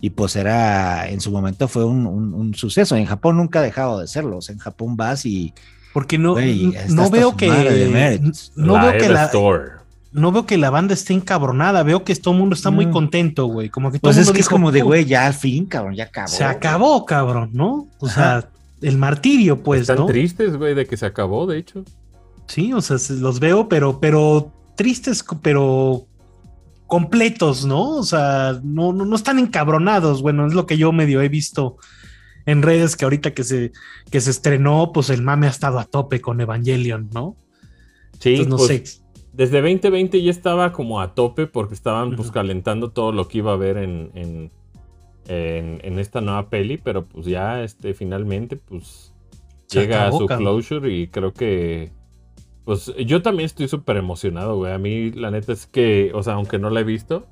A: Y pues era, en su momento fue un, un- un suceso. En Japón nunca ha dejado de serlo. O sea, en Japón vas y...
B: porque no,
A: Güey, está
B: no
A: hasta
B: veo
A: su
B: que
A: madre de mérits.
B: no
C: Live
B: veo que la
C: Store.
B: no veo que la banda esté encabronada, veo que todo el mundo está muy
A: Mm.
B: contento, güey, como que todo
A: Pues
B: el
A: es
B: mundo
A: que es
B: dijo,
A: como de,
B: "Puta,
A: güey, ya al fin, cabrón, ya acabó.
B: Se acabó, cabrón, ¿no? O
A: Ajá.
B: sea, el martirio, pues,
C: Están
B: ¿no?
C: tristes, güey, de que se acabó, de hecho.
B: Sí, o sea, se- los veo, pero, pero tristes, co- pero completos, ¿no? O sea, no, no, no están encabronados. Bueno, es lo que yo medio he visto en redes que ahorita que se, que se estrenó, pues el mame ha estado a tope con Evangelion, ¿no?
C: Sí,
B: Entonces, no
C: pues,
B: sé.
C: Desde 2020 ya estaba como a tope porque estaban pues
B: Ujú.
C: calentando todo lo que iba a haber en, en, en- en esta nueva peli, pero pues ya este, finalmente pues
B: Se
C: llega
B: acabó,
C: a su
B: cabrón.
C: closure y creo que pues yo también estoy súper emocionado, güey. A mí la neta es que, o sea, aunque no la he visto,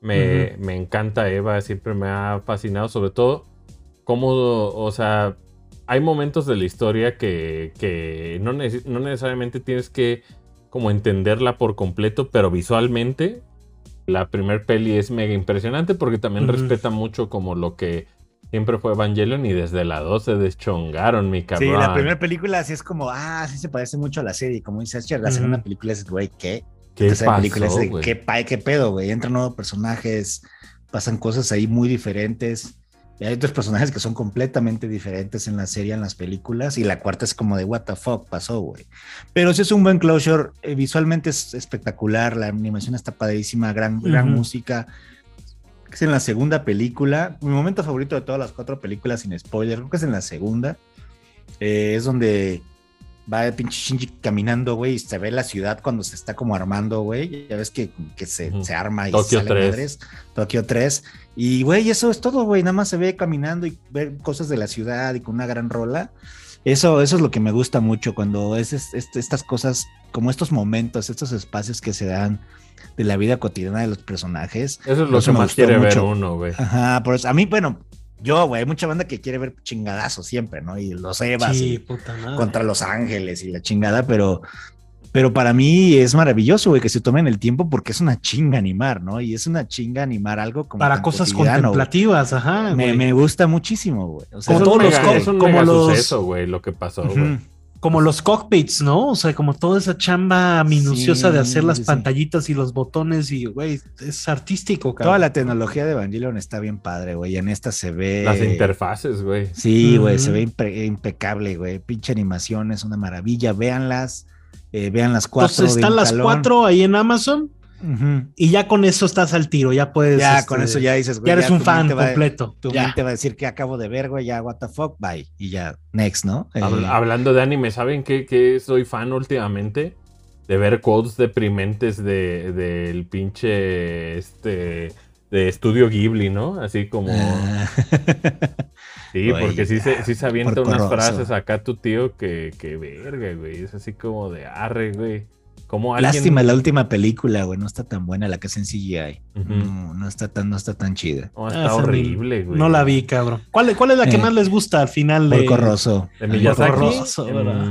C: me, me encanta Eva, siempre me ha fascinado, sobre todo cómo, o sea, hay momentos de la historia que, que no, neces- no necesariamente tienes que como entenderla por completo, pero visualmente la primer peli es mega impresionante porque también
B: Ujú.
C: respeta mucho como lo que siempre fue Evangelion y desde la 2 se deschongaron, mi
A: Sí,
C: cabrón.
A: la primera película sí es como, ah, sí se parece mucho a la serie. Como dice Asher, la
B: Ujú.
A: segunda película es, güey, ¿qué?
C: ¿Qué
A: Entonces, la película es
C: pasó,
A: de
C: güey?
A: qué, pa- qué pedo, güey. Entran nuevos personajes, pasan cosas ahí muy diferentes. Y hay otros personajes que son completamente diferentes en la serie, en las películas. Y la cuarta es como de, what the fuck pasó, güey. Pero sí es un buen closure. eh, visualmente es espectacular. La animación está padrísima. Gran, gran
B: Ujú.
A: música. Es en la segunda película. Mi momento favorito de todas las cuatro películas, sin spoiler, creo que es en la segunda. Eh, es donde va el pinche Shinji caminando, güey, y se ve la ciudad cuando se está como armando, güey. Ya ves que, que se,
C: Ujú.
A: se arma y
C: Tokio
A: salen
C: 3.
A: madres. Tokio 3. Y, güey, eso es todo, güey. Nada más se ve caminando y ver cosas de la ciudad y con una gran rola. Eso, eso es lo que me gusta mucho cuando es, es- es- estas cosas, como estos momentos, estos espacios que se dan de la vida cotidiana de los personajes.
C: Eso es lo
A: Eso
C: que
A: me
C: más
A: gustó
C: quiere ver
A: mucho.
C: uno, güey.
A: Ajá, por eso, a mí, bueno, yo, güey, hay mucha banda que quiere ver chingadazos siempre, ¿no? Y los Evas y
B: Sí, puta madre.
A: contra Los Ángeles y la chingada, pero, pero para mí es maravilloso, güey, que se tomen el tiempo porque es una chinga animar, ¿no? Y es una chinga animar algo como
B: Para
A: tan
B: cosas
A: cotidiano, güey.
B: contemplativas, ajá.
A: Me,
B: güey.
A: me gusta muchísimo, güey. O sea,
C: Es
B: Como
C: un
B: todos los
C: mega-
B: co-
C: es un
B: como
C: mega
B: los-
C: suceso, güey, lo que pasó,
A: ujú.
C: güey.
B: como los cockpits, ¿no? O sea, como toda esa chamba minuciosa de hacer
A: Sí,
B: las
A: sí, sí.
B: pantallitas y los botones y, güey, es artístico, cabrón.
A: Toda la tecnología de Evangelion está bien padre, güey. y En esta se ve.
C: Las interfaces, güey.
A: Sí, güey, se
B: Ujú.
A: ve impe- impecable, güey. Pinche animación es una maravilla. Véanlas. eh, vean las cuatro.
B: Entonces
A: de
B: están
A: un
B: las
A: jalón.
B: cuatro ahí en Amazon
A: Ujú.
B: y ya con eso estás al tiro, ya puedes.
A: Ya,
B: este,
A: con eso ya dices, güey.
B: ya eres
A: ya
B: un
A: tu
B: fan
A: mente va-
B: completo.
A: Tu
B: ya.
A: mente va a decir que acabo de ver, güey, ya, what the fuck, bye. Y ya, next, ¿no? Eh,
C: Habl-
A: [laughs]
C: hablando de anime, ¿saben qué, qué soy fan últimamente? De ver quotes deprimentes de- del pinche este de estudio Ghibli, ¿no? Así como
A: ah,
C: sí,
A: güey,
C: porque sí se,
A: ya,
C: sí se avienta unas
A: porcorroso.
C: frases acá tu tío que, que verga, güey, es así como de arre, güey. Como alguien
A: Lástima la última película, güey, no está tan buena la que es en CGI.
C: Ujú.
A: no, no está tan, no está tan chida.
C: No,
B: Ah,
C: está
B: esa ni-
C: horrible, güey.
B: No la vi, cabrón. ¿Cuál, cuál es la que
A: Eh,
B: más les gusta al final? De,
A: Porco Rosso.
C: De Miyazaki.
B: Horroroso,
C: Mm,
B: ¿verdad?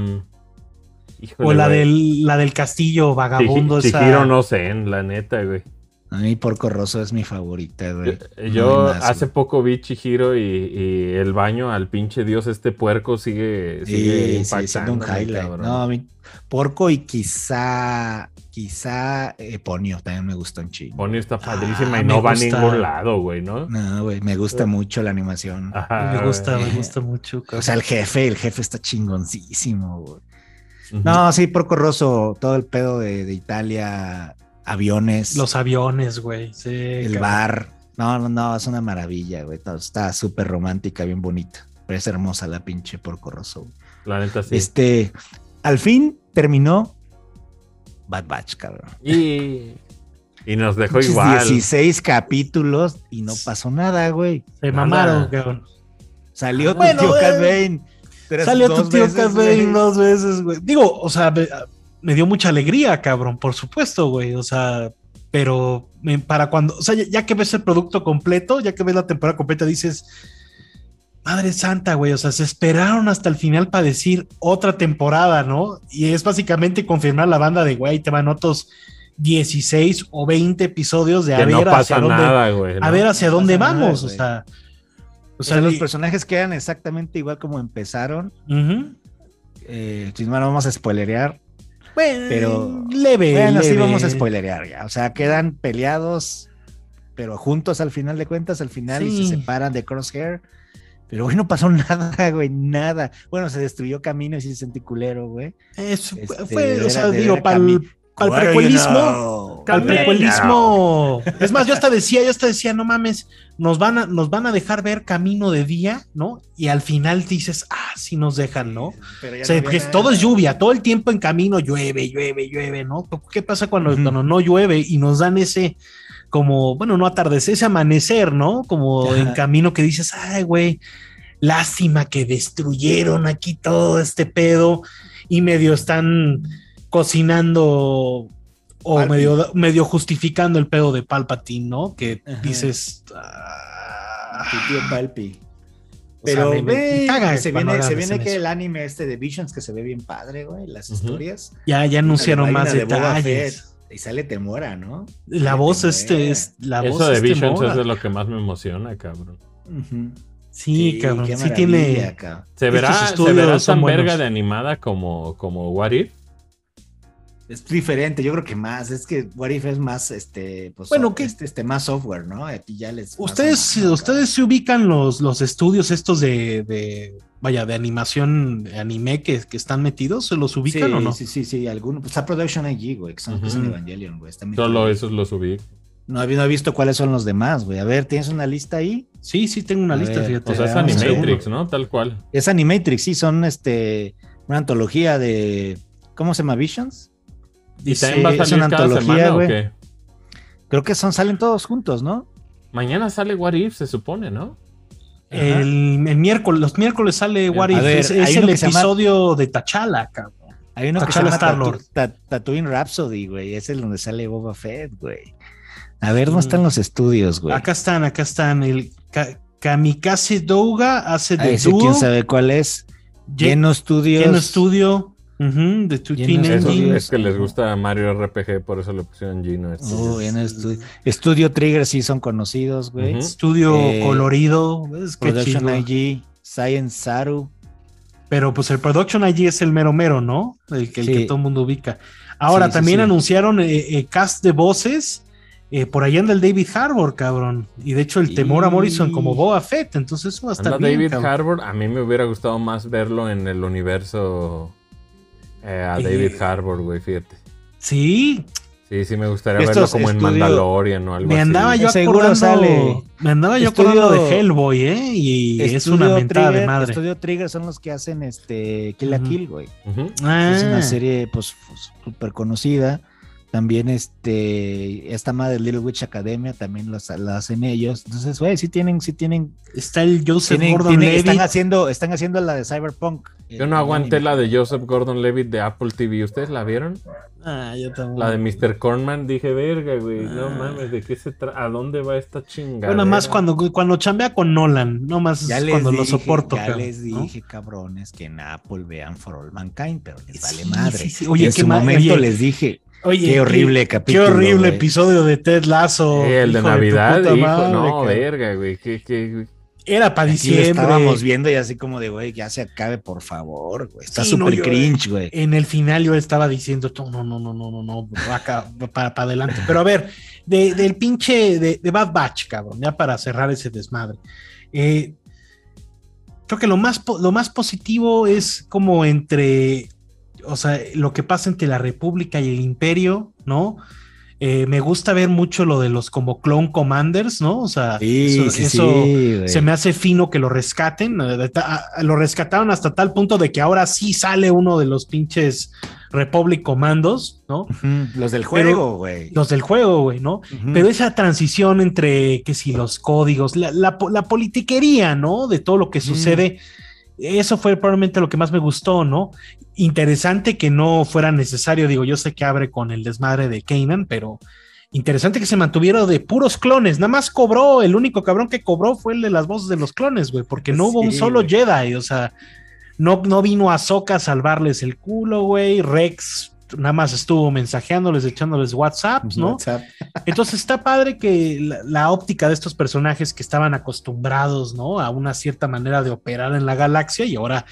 C: híjole,
B: o la
C: güey.
B: del, la del castillo vagabundo.
C: Chih-
B: esa-
C: Chihiro no sé, la neta, güey.
A: A mí Porco Rosso es mi favorita, güey.
C: Yo-
A: No
C: Yo
A: hay más,
C: hace
A: güey.
C: poco vi Chihiro y, y el baño al pinche dios este puerco sigue, sigue
A: Sí, sí, siendo
C: impactando.
A: un highlight. No, a mí- Porco y quizá Quizá eh, Ponio también me gustó un chingo.
C: Bonnie está padrísima
B: Ah,
C: y no
B: me
C: va a
B: gusta.
C: ningún lado, güey, ¿no?
A: No, güey, me
C: Eh.
A: gusta mucho la animación.
C: Ajá,
B: me gusta,
A: güey.
B: me gusta mucho.
A: O sea, el jefe, el jefe está chingoncísimo, güey.
C: güey.
A: No, sí, Porco Rosso, todo el pedo de, de Italia, aviones,
B: Los aviones, güey. Sí,
A: el
B: cabrón.
A: bar. No, no, no, es una maravilla, güey. Todo Está súper romántica, bien bonita. Pero es hermosa la pinche Porco Rosso. güey.
C: La neta sí.
A: Este, al fin terminó Bad Batch, cabrón.
C: Y... y nos dejó
A: Pinches
C: igual.
A: 16 capítulos y no pasó nada, güey.
B: Se mamaron,
C: Nada.
B: cabrón.
A: Salió
B: Bueno,
A: tu tío
B: eh,
A: Cat Bane. Tres-
B: Salió tu
A: dos
B: tío
A: veces,
B: Casbane
A: güey.
B: dos veces, güey. Digo, o sea, me, me dio mucha alegría, cabrón, por supuesto, güey. O sea, pero me- para cuando, o sea, ya, ya que ves el producto completo, ya que ves la temporada completa, dices, madre santa, güey. O sea, se esperaron hasta el final para decir otra temporada, ¿no? Y es básicamente confirmar la banda de, güey, te van otros 16 o 20 episodios de a
C: Que
B: ver
C: no
B: hacia
C: pasa
B: dónde,
C: nada, güey. ¿no?
B: a ver hacia
A: No
B: dónde
A: pasa nada,
B: vamos, o
A: güey.
B: sea.
A: O sea, los
B: y-
A: personajes quedan exactamente igual como empezaron.
B: Ujú.
A: Eh, chismar, no vamos a spoilerear.
B: Bueno,
A: Pero-
B: leve.
A: bueno, sí
B: leve.
A: vamos a spoilerear ya. O sea, quedan peleados, pero juntos al final de cuentas, al final, y
B: Sí.
A: se separan de Crosshair. Pero güey, no pasó [laughs] nada, güey, nada. Bueno, se destruyó camino y sí se sentí culero, güey.
B: Eso
A: Este,
B: fue,
A: de
B: o sea,
A: vera- de
B: digo,
A: vera
B: para
A: cami-
B: el,
A: What do you
B: precuelismo.
A: know?
B: Para
C: Camino.
B: precuelismo. Es más, yo hasta decía, yo hasta decía, no mames, nos van, a, nos van a dejar ver camino de día, ¿no? Y al final dices, ah, sí nos dejan, ¿no?
A: Pero ya
B: O sea,
A: no
B: porque
A: había
B: todo es
A: nada.
B: lluvia, todo el tiempo en camino llueve, llueve, llueve, ¿no? ¿Qué pasa cuando,
A: Ujú.
B: cuando no llueve y nos dan ese, como, bueno, no atardecer, ese amanecer, ¿no? Como
A: Ajá.
B: en camino que dices, ay, güey, lástima que destruyeron aquí todo este pedo y medio están cocinando o
A: Palpatine.
B: medio, medio justificando el pedo de Palpatine, ¿no? Que
A: Ajá.
B: dices... "Ah".
A: Tu tío Palpi.
B: O sea,
A: Pero,
B: me- me
A: güey,
B: caga
A: se
B: cuando
A: viene, se
B: hagan
A: viene
B: eso.
A: que el anime este de Visions, que se ve bien padre, güey, las
C: Ujú.
A: historias.
B: Ya, ya anunciaron
A: Hay una
B: más
A: de Boba
B: detalles.
A: Fett, Y sale Temora, ¿no?
B: La
A: Fíjate,
B: voz
A: güey.
B: este es la voz
C: Eso de
B: este
C: Visions
B: mora.
C: eso es lo que más me emociona, cabrón.
A: Ujú.
B: Sí, cabrón,
A: qué
B: sí
A: maravilla,
B: tiene
A: cabrón.
C: ¿Se verá,
B: Estos
C: ¿se verá
B: estudios son
C: tan verga
B: buenos.
C: de animada como, como What If?
A: Es diferente, yo creo que más. Es que What If es más, este, pues,
B: Bueno,
A: so-
B: ¿qué?
A: este, este, más software, ¿no? Aquí ya les. pasan
B: ustedes
A: más, ¿no,
B: ustedes se ubican los los estudios estos de, de vaya de animación de anime que, que están metidos, se los
A: cabrón?
B: ubican o
A: Sí,
B: no?
A: Sí, sí, sí, alguno. Pues está Production allí, güey, que son que son
C: Ujú.
A: Evangelion, güey. está metido
C: Solo
A: ahí.
C: esos los ubico.
A: No, he- no he visto cuáles son los demás, güey. A ver, ¿tienes una lista ahí?
B: Sí, sí tengo una
A: A
B: lista,
A: ver,
B: fíjate. Ah,
C: O sea, es
A: Veamos
C: Animatrix, ¿no? Tal cual.
A: Es Animatrix, sí, son este una antología de ¿cómo se llama? Visions.
C: ¿Y
B: Dice,
C: también va a
A: es
C: salir
A: una
C: cada
A: antología,
C: semana
A: güey.
C: o qué?
A: Creo que son salen todos juntos, ¿no?
C: Mañana sale What If, se supone, ¿no?
B: el, el miércoles, los miércoles sale What
C: A
B: If,
A: ver,
B: es,
A: hay
B: es
A: uno
B: el
A: que se llama-
B: episodio de Tachala, cabrón.
A: Hay uno que se
B: T'Challa
A: llama Tatu-
B: Star-Lord.
A: Ta- Tatooine Rhapsody, güey, es el donde sale Boba Fett, güey. A ver, ¿dónde
B: Mm.
A: están los estudios, güey?
B: Acá están, acá están el Ka- Kamikaze Douga hace
A: Ah,
B: de
A: ese
B: dúo,
A: quién sabe cuál es.
B: Ye-
A: Lleno Studios.
B: Lleno Studio, ujú, de Two
A: Lleno
B: Teen
A: Studio.
C: Eso,
B: Engine.
C: es que les gusta Mario RPG, por eso le pusieron Gino. este.
A: Oh, Lleno Studio. Estudio Trigger sí son conocidos, güey.
C: Ujú.
B: Estudio
A: Eh,
B: colorido, es que
A: Production
B: chido.
A: IG, Science Saru.
B: Pero pues el Production allí es el mero mero, ¿no? El que, el que
A: Sí.
B: todo el mundo ubica. Ahora
A: Sí, sí,
B: también
A: sí.
B: anunciaron eh, eh, cast de voces. eh, por ahí anda el David Harbour, cabrón. Y de hecho el temor a
C: Y-
B: Morrison como Boa Fett. Entonces eso va a estar
C: Anda
B: bien,
C: David
B: cabrón.
C: Harbour, a mí me hubiera gustado más verlo en el universo eh, a
B: Eh.
C: David Harbour, güey, fíjate.
B: Sí,
C: Sí, sí me gustaría
A: Estos
C: verlo como en
A: estudio-
C: Mandalorian o algo
B: me
C: así.
B: andaba yo
A: Seguro
B: acordando.
A: sale.
B: Me andaba yo
A: Estudio-
B: acordando de Hellboy, ¿eh? Y es una mentada
A: Trigger,
B: de madre.
A: Estudio Trigger son los que hacen este Kill la
B: Ujú.
A: Kill, güey.
C: Ujú.
B: Ah,
A: Es una serie pues súper conocida. También este esta madre Little Witch Academia también los- la hacen ellos. Entonces, güey, sí tienen sí tienen,
B: está el Joseph
A: tienen- tienen- están
B: Gordon-Levitt.
A: haciendo están haciendo la de Cyberpunk. eh,
C: Yo no aguanté la de Joseph Gordon-Levitt de Apple TV. ¿Ustedes la vieron?
B: Ah, yo también.
C: La de Mr. Cornman. Dije, verga, güey. No
B: Ah.
C: mames, ¿de qué se trata? ¿A dónde va esta chingada?
B: Bueno, más cuando, cuando chambea con Nolan, no más
A: Ya
B: es
A: les
B: cuando
A: dije,
B: lo soporto.
A: ya
B: cabrón,
A: les
B: ¿no?
A: dije, cabrones, que en Apple vean For All Mankind, pero les vale
B: Sí,
A: madre.
B: sí, sí.
A: Oye,
B: Oye,
A: en
B: qué
A: su
B: ma-
A: momento
B: oye,
A: les dije,
B: Oye,
A: qué horrible
B: Qué,
A: capítulo.
B: horrible
A: güey.
B: episodio de Ted Lazo.
C: Sí, el de
B: hijo tu
C: Navidad,
B: puta
C: hijo.
B: madre,
C: no,
B: cabrón.
C: verga, güey. ¿Qué, qué,
B: Era para
A: Aquí lo
B: diciembre.
A: estábamos viendo y así como de, güey, ya se acabe, por favor, güey. Está
B: Sí, no,
A: súper
B: yo- eh.
A: cringe, güey.
B: En el final yo estaba diciendo, no, no, no, no, no, no, no, acá, para, para adelante. Pero a ver, de- del pinche, de, de Bad Batch, cabrón, ya para cerrar ese desmadre. Eh, creo que lo más, po- lo más positivo es como entre, o sea, lo que pasa entre la República y el Imperio, ¿no? Eh, me gusta ver mucho lo de los como Clone Commanders, ¿no? O sea,
A: Sí, sí, sí, güey.
B: se me hace fino que lo rescaten. eh, ta- a- Lo rescataron hasta tal punto de que ahora sí sale uno de los pinches Republic Commandos, ¿no?
A: Ujú, Los del juego, güey.
B: Los del juego, güey, ¿no?
A: Ujú.
B: Pero esa transición entre que si los códigos, la, la po- la politiquería, ¿no? De todo lo que sucede, eso fue probablemente lo que más me gustó, ¿no? Interesante que no fuera necesario, digo, yo sé que abre con el desmadre de Kanan, pero interesante que se mantuviera de puros clones, nada más cobró, el único cabrón que cobró fue el de las voces de los clones, güey, porque no hubo un
A: Sí,
B: solo
A: güey.
B: Jedi, o sea, no, no vino Ahsoka a salvarles el culo, güey, Rex nada más estuvo mensajeándoles, echándoles WhatsApps, ¿no?
A: WhatsApp.
B: Entonces está padre que la, la óptica de estos personajes que estaban acostumbrados, ¿no? A una cierta manera de operar en la galaxia y ahora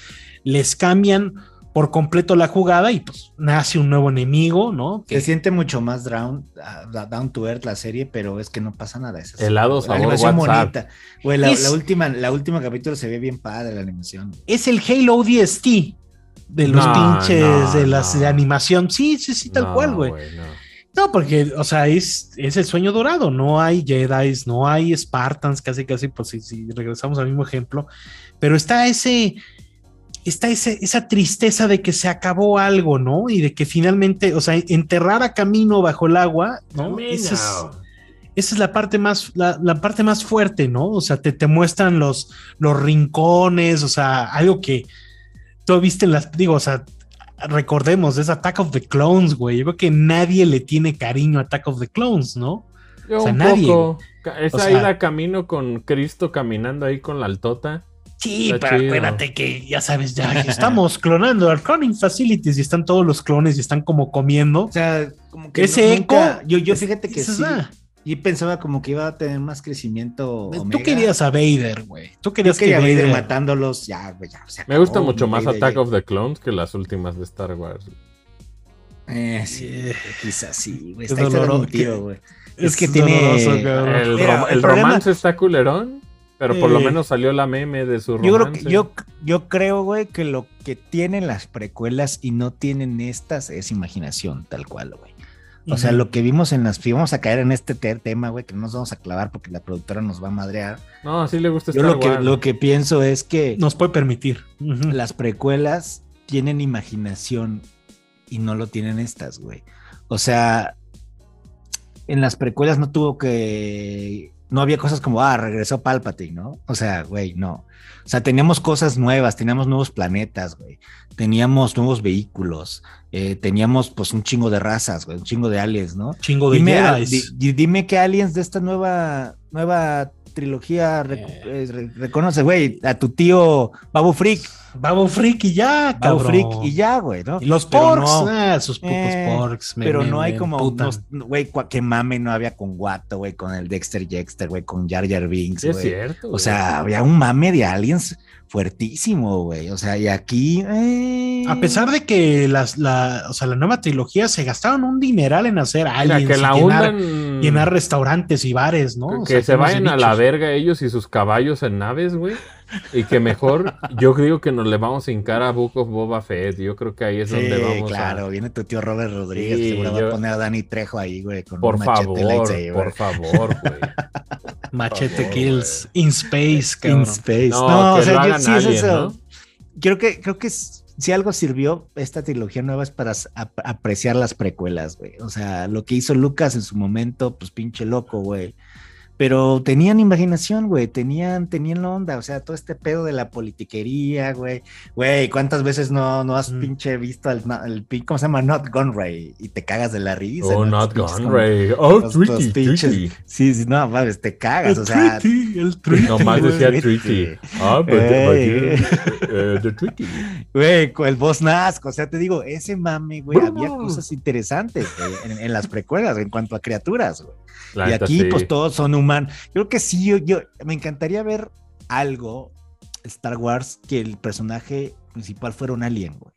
B: les cambian por completo la jugada y pues nace un nuevo enemigo, ¿no?
A: Se siente mucho más down, ah, down to earth la serie, pero es que no pasa nada. Es así, güey. La
C: Helado sabor
A: animación
C: WhatsApp.
A: bonita. Güey, la,
B: Es-
A: la última, la última capítulo se ve bien padre la animación.
B: Es el Halo DST de los
C: No,
B: pinches
C: no,
B: de las
C: no.
B: de animación. Sí, sí, sí, tal
C: No,
B: cual, güey.
C: no.
B: No, porque, o sea, es, es el sueño dorado. No hay Jedi, no hay Spartans, casi, casi, pues si, si regresamos al mismo ejemplo. Pero está ese, está ese, esa tristeza de que se acabó algo, ¿no? Y de que finalmente, o sea, enterrar a camino bajo el agua, ¿no? Esa es, esa es la parte más, la, la parte más fuerte, ¿no? O sea, te, te muestran los, los rincones, o sea, algo que tú viste en las, digo, o sea, recordemos, es Attack of the Clones, güey. Yo creo que nadie le tiene cariño a Attack of the Clones, ¿no?
C: Yo
B: O sea,
C: un
B: nadie,
C: poco. Ca- Esa
B: O sea-
C: ida camino con Cristo caminando ahí con la altota.
B: Sí,
C: Está
B: pero
C: chido.
B: acuérdate que ya sabes, [laughs] ya estamos clonando al cloning facilities y están todos los clones y están como comiendo.
A: O sea, como que
B: Ese
A: no- nunca-
B: eco,
A: Yo, yo fíjate que
B: Dices,
A: sí.
B: "Ah, pues
A: Y pensaba como que iba a tener más crecimiento.
B: tú
A: Omega.
B: querías a Vader, güey. Tú
A: Yo
B: querías
A: quería
B: que
A: Vader
B: Vader
A: matándolos. Ya, güey, ya. se
C: Me gusta
A: acabó,
C: mucho más
A: Vader,
C: Attack
A: Oh, ya.
C: of the Clones que las últimas de Star Wars.
A: Eh, sí,
B: Eh,
A: quizás sí, güey.
B: es
A: Está doloroso,
B: doloroso, que-
A: güey. Es que tiene-
B: cabrón.
C: El,
A: Mira,
C: rom-
A: el
C: el
A: problema-
C: romance está culerón, pero por lo
B: Eh.
C: menos salió la meme de su romance.
A: Yo creo, que, yo, yo creo, güey, que lo que tienen las precuelas y no tienen estas es imaginación, tal cual, güey. O sea,
B: Ujú.
A: lo que vimos en las... Vamos a caer en este ter- tema, güey, que no nos vamos a clavar porque la productora nos va a madrear.
C: No, sí le gusta
A: Yo
C: Star
A: lo que,
C: Wars.
A: lo que pienso es que
B: nos puede permitir. Ujú.
A: [laughs] las precuelas tienen imaginación y no lo tienen estas, güey. O sea, en las precuelas no tuvo que... No había cosas como, ah, regresó Palpatine, ¿no? O sea, güey, no. O sea, teníamos cosas nuevas, teníamos nuevos planetas, güey. Teníamos nuevos vehículos, eh, teníamos pues un chingo de razas, güey, un chingo de aliens, ¿no?
B: Chingo de
A: Dime, a-
B: Jedis.
A: di- dime qué aliens de esta nueva, nueva trilogía recu-
B: Eh.
A: eh, re- reconoce, güey, a tu tío Babu Freak.
B: Babo Freak y ya,
A: Babu
B: cabrón.
A: Freak y ya, güey, ¿no?
B: Y los
A: Pero
B: porks,
A: no.
B: ah, sus putos
A: Eh,
B: porks. me-
A: Pero
B: me-
A: no hay
B: me
A: como,
B: emputan.
A: unos- güey, cua- que mame no había con Guato, güey, con el Dexter Jexter, güey, con Jar Jar Binks,
C: Sí, es
A: güey.
C: cierto.
A: O
C: güey.
A: sea, había un mame de aliens fuertísimo, güey. O sea, y aquí... eh,
B: A pesar de que las, la, o sea, la nueva trilogía se gastaron un dineral en hacer
C: O sea,
B: aliens,
C: que la
B: y llenar,
C: hundan.
B: llenar restaurantes y bares, ¿no? O
C: que
B: sea,
C: se
B: hemos
C: vayan a
B: dicho.
C: la verga ellos y sus caballos en naves, güey. Y que mejor, yo creo que nos le vamos a hincar a Book of Boba Fett. Yo creo que ahí es
A: Sí,
C: donde vamos
A: claro,
C: a.
A: viene tu tío Robert Rodríguez,
C: Sí,
A: seguro va a
C: yo-
A: poner a Dani Trejo ahí, güey, con
C: Por
A: un machete
C: favor,
A: lightsaber.
C: por favor,
A: [laughs]
C: güey.
B: Machete
C: favor,
B: Kills, In Space,
A: In
B: cabrón.
A: Space. No, o
C: No, que lo
A: sea, yo,
C: hagan
A: sí es
C: alien,
A: eso.
C: ¿no?
A: Creo que, creo que s- si algo sirvió esta trilogía nueva es para s- ap- apreciar las precuelas, güey. O sea, lo que hizo Lucas en su momento, pues pinche loco, güey. Pero tenían imaginación, güey, tenían, tenían la onda, o sea, todo este pedo de la politiquería, güey. Güey, ¿cuántas veces no, no has
B: Mm.
A: pinche visto al, na- el pin- ¿cómo se llama? Not Gone Ray, y te cagas de la risa.
C: Oh,
A: ¿no?
C: not
A: Pinches
C: gone,
A: con-
C: Ray. Oh,
A: los- los
C: treaty,
A: pinches-
C: treaty.
A: Sí, sí, no, mames, te cagas,
B: El
A: o sea,
B: treaty, el treaty.
C: Nomás
A: güey.
C: decía
A: Treaty.
C: treaty. Ah, but, but,
A: Ey.
C: eh, the treaty.
A: Güey, con el voz Nazca, o sea, te digo, ese mame, güey,
C: Bruno.
A: había cosas interesantes güey, en, en las precuelas en cuanto a criaturas, güey.
C: La
A: y
C: neta,
A: aquí,
C: sí.
A: pues todos son humanos. Creo que sí, yo, yo- me encantaría ver algo Star Wars que el personaje principal fuera un alien, güey.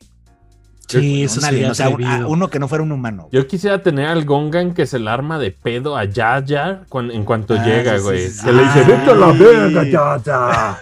B: Sí,
A: Bueno,
B: eso
A: un alien,
B: sería
A: o sea, un- a-
B: atrevido.
A: uno que no fuera un humano.
C: Yo quisiera tener al Gongan que es el arma de pedo a Jar Jar cuan- en cuanto
A: Ah,
C: llega,
A: sí,
C: güey.
A: sí, sí.
C: Que le dice,
B: Ah,
C: vete a la
A: sí.
C: verga,
A: [laughs]
C: Jar Jar.
A: ah,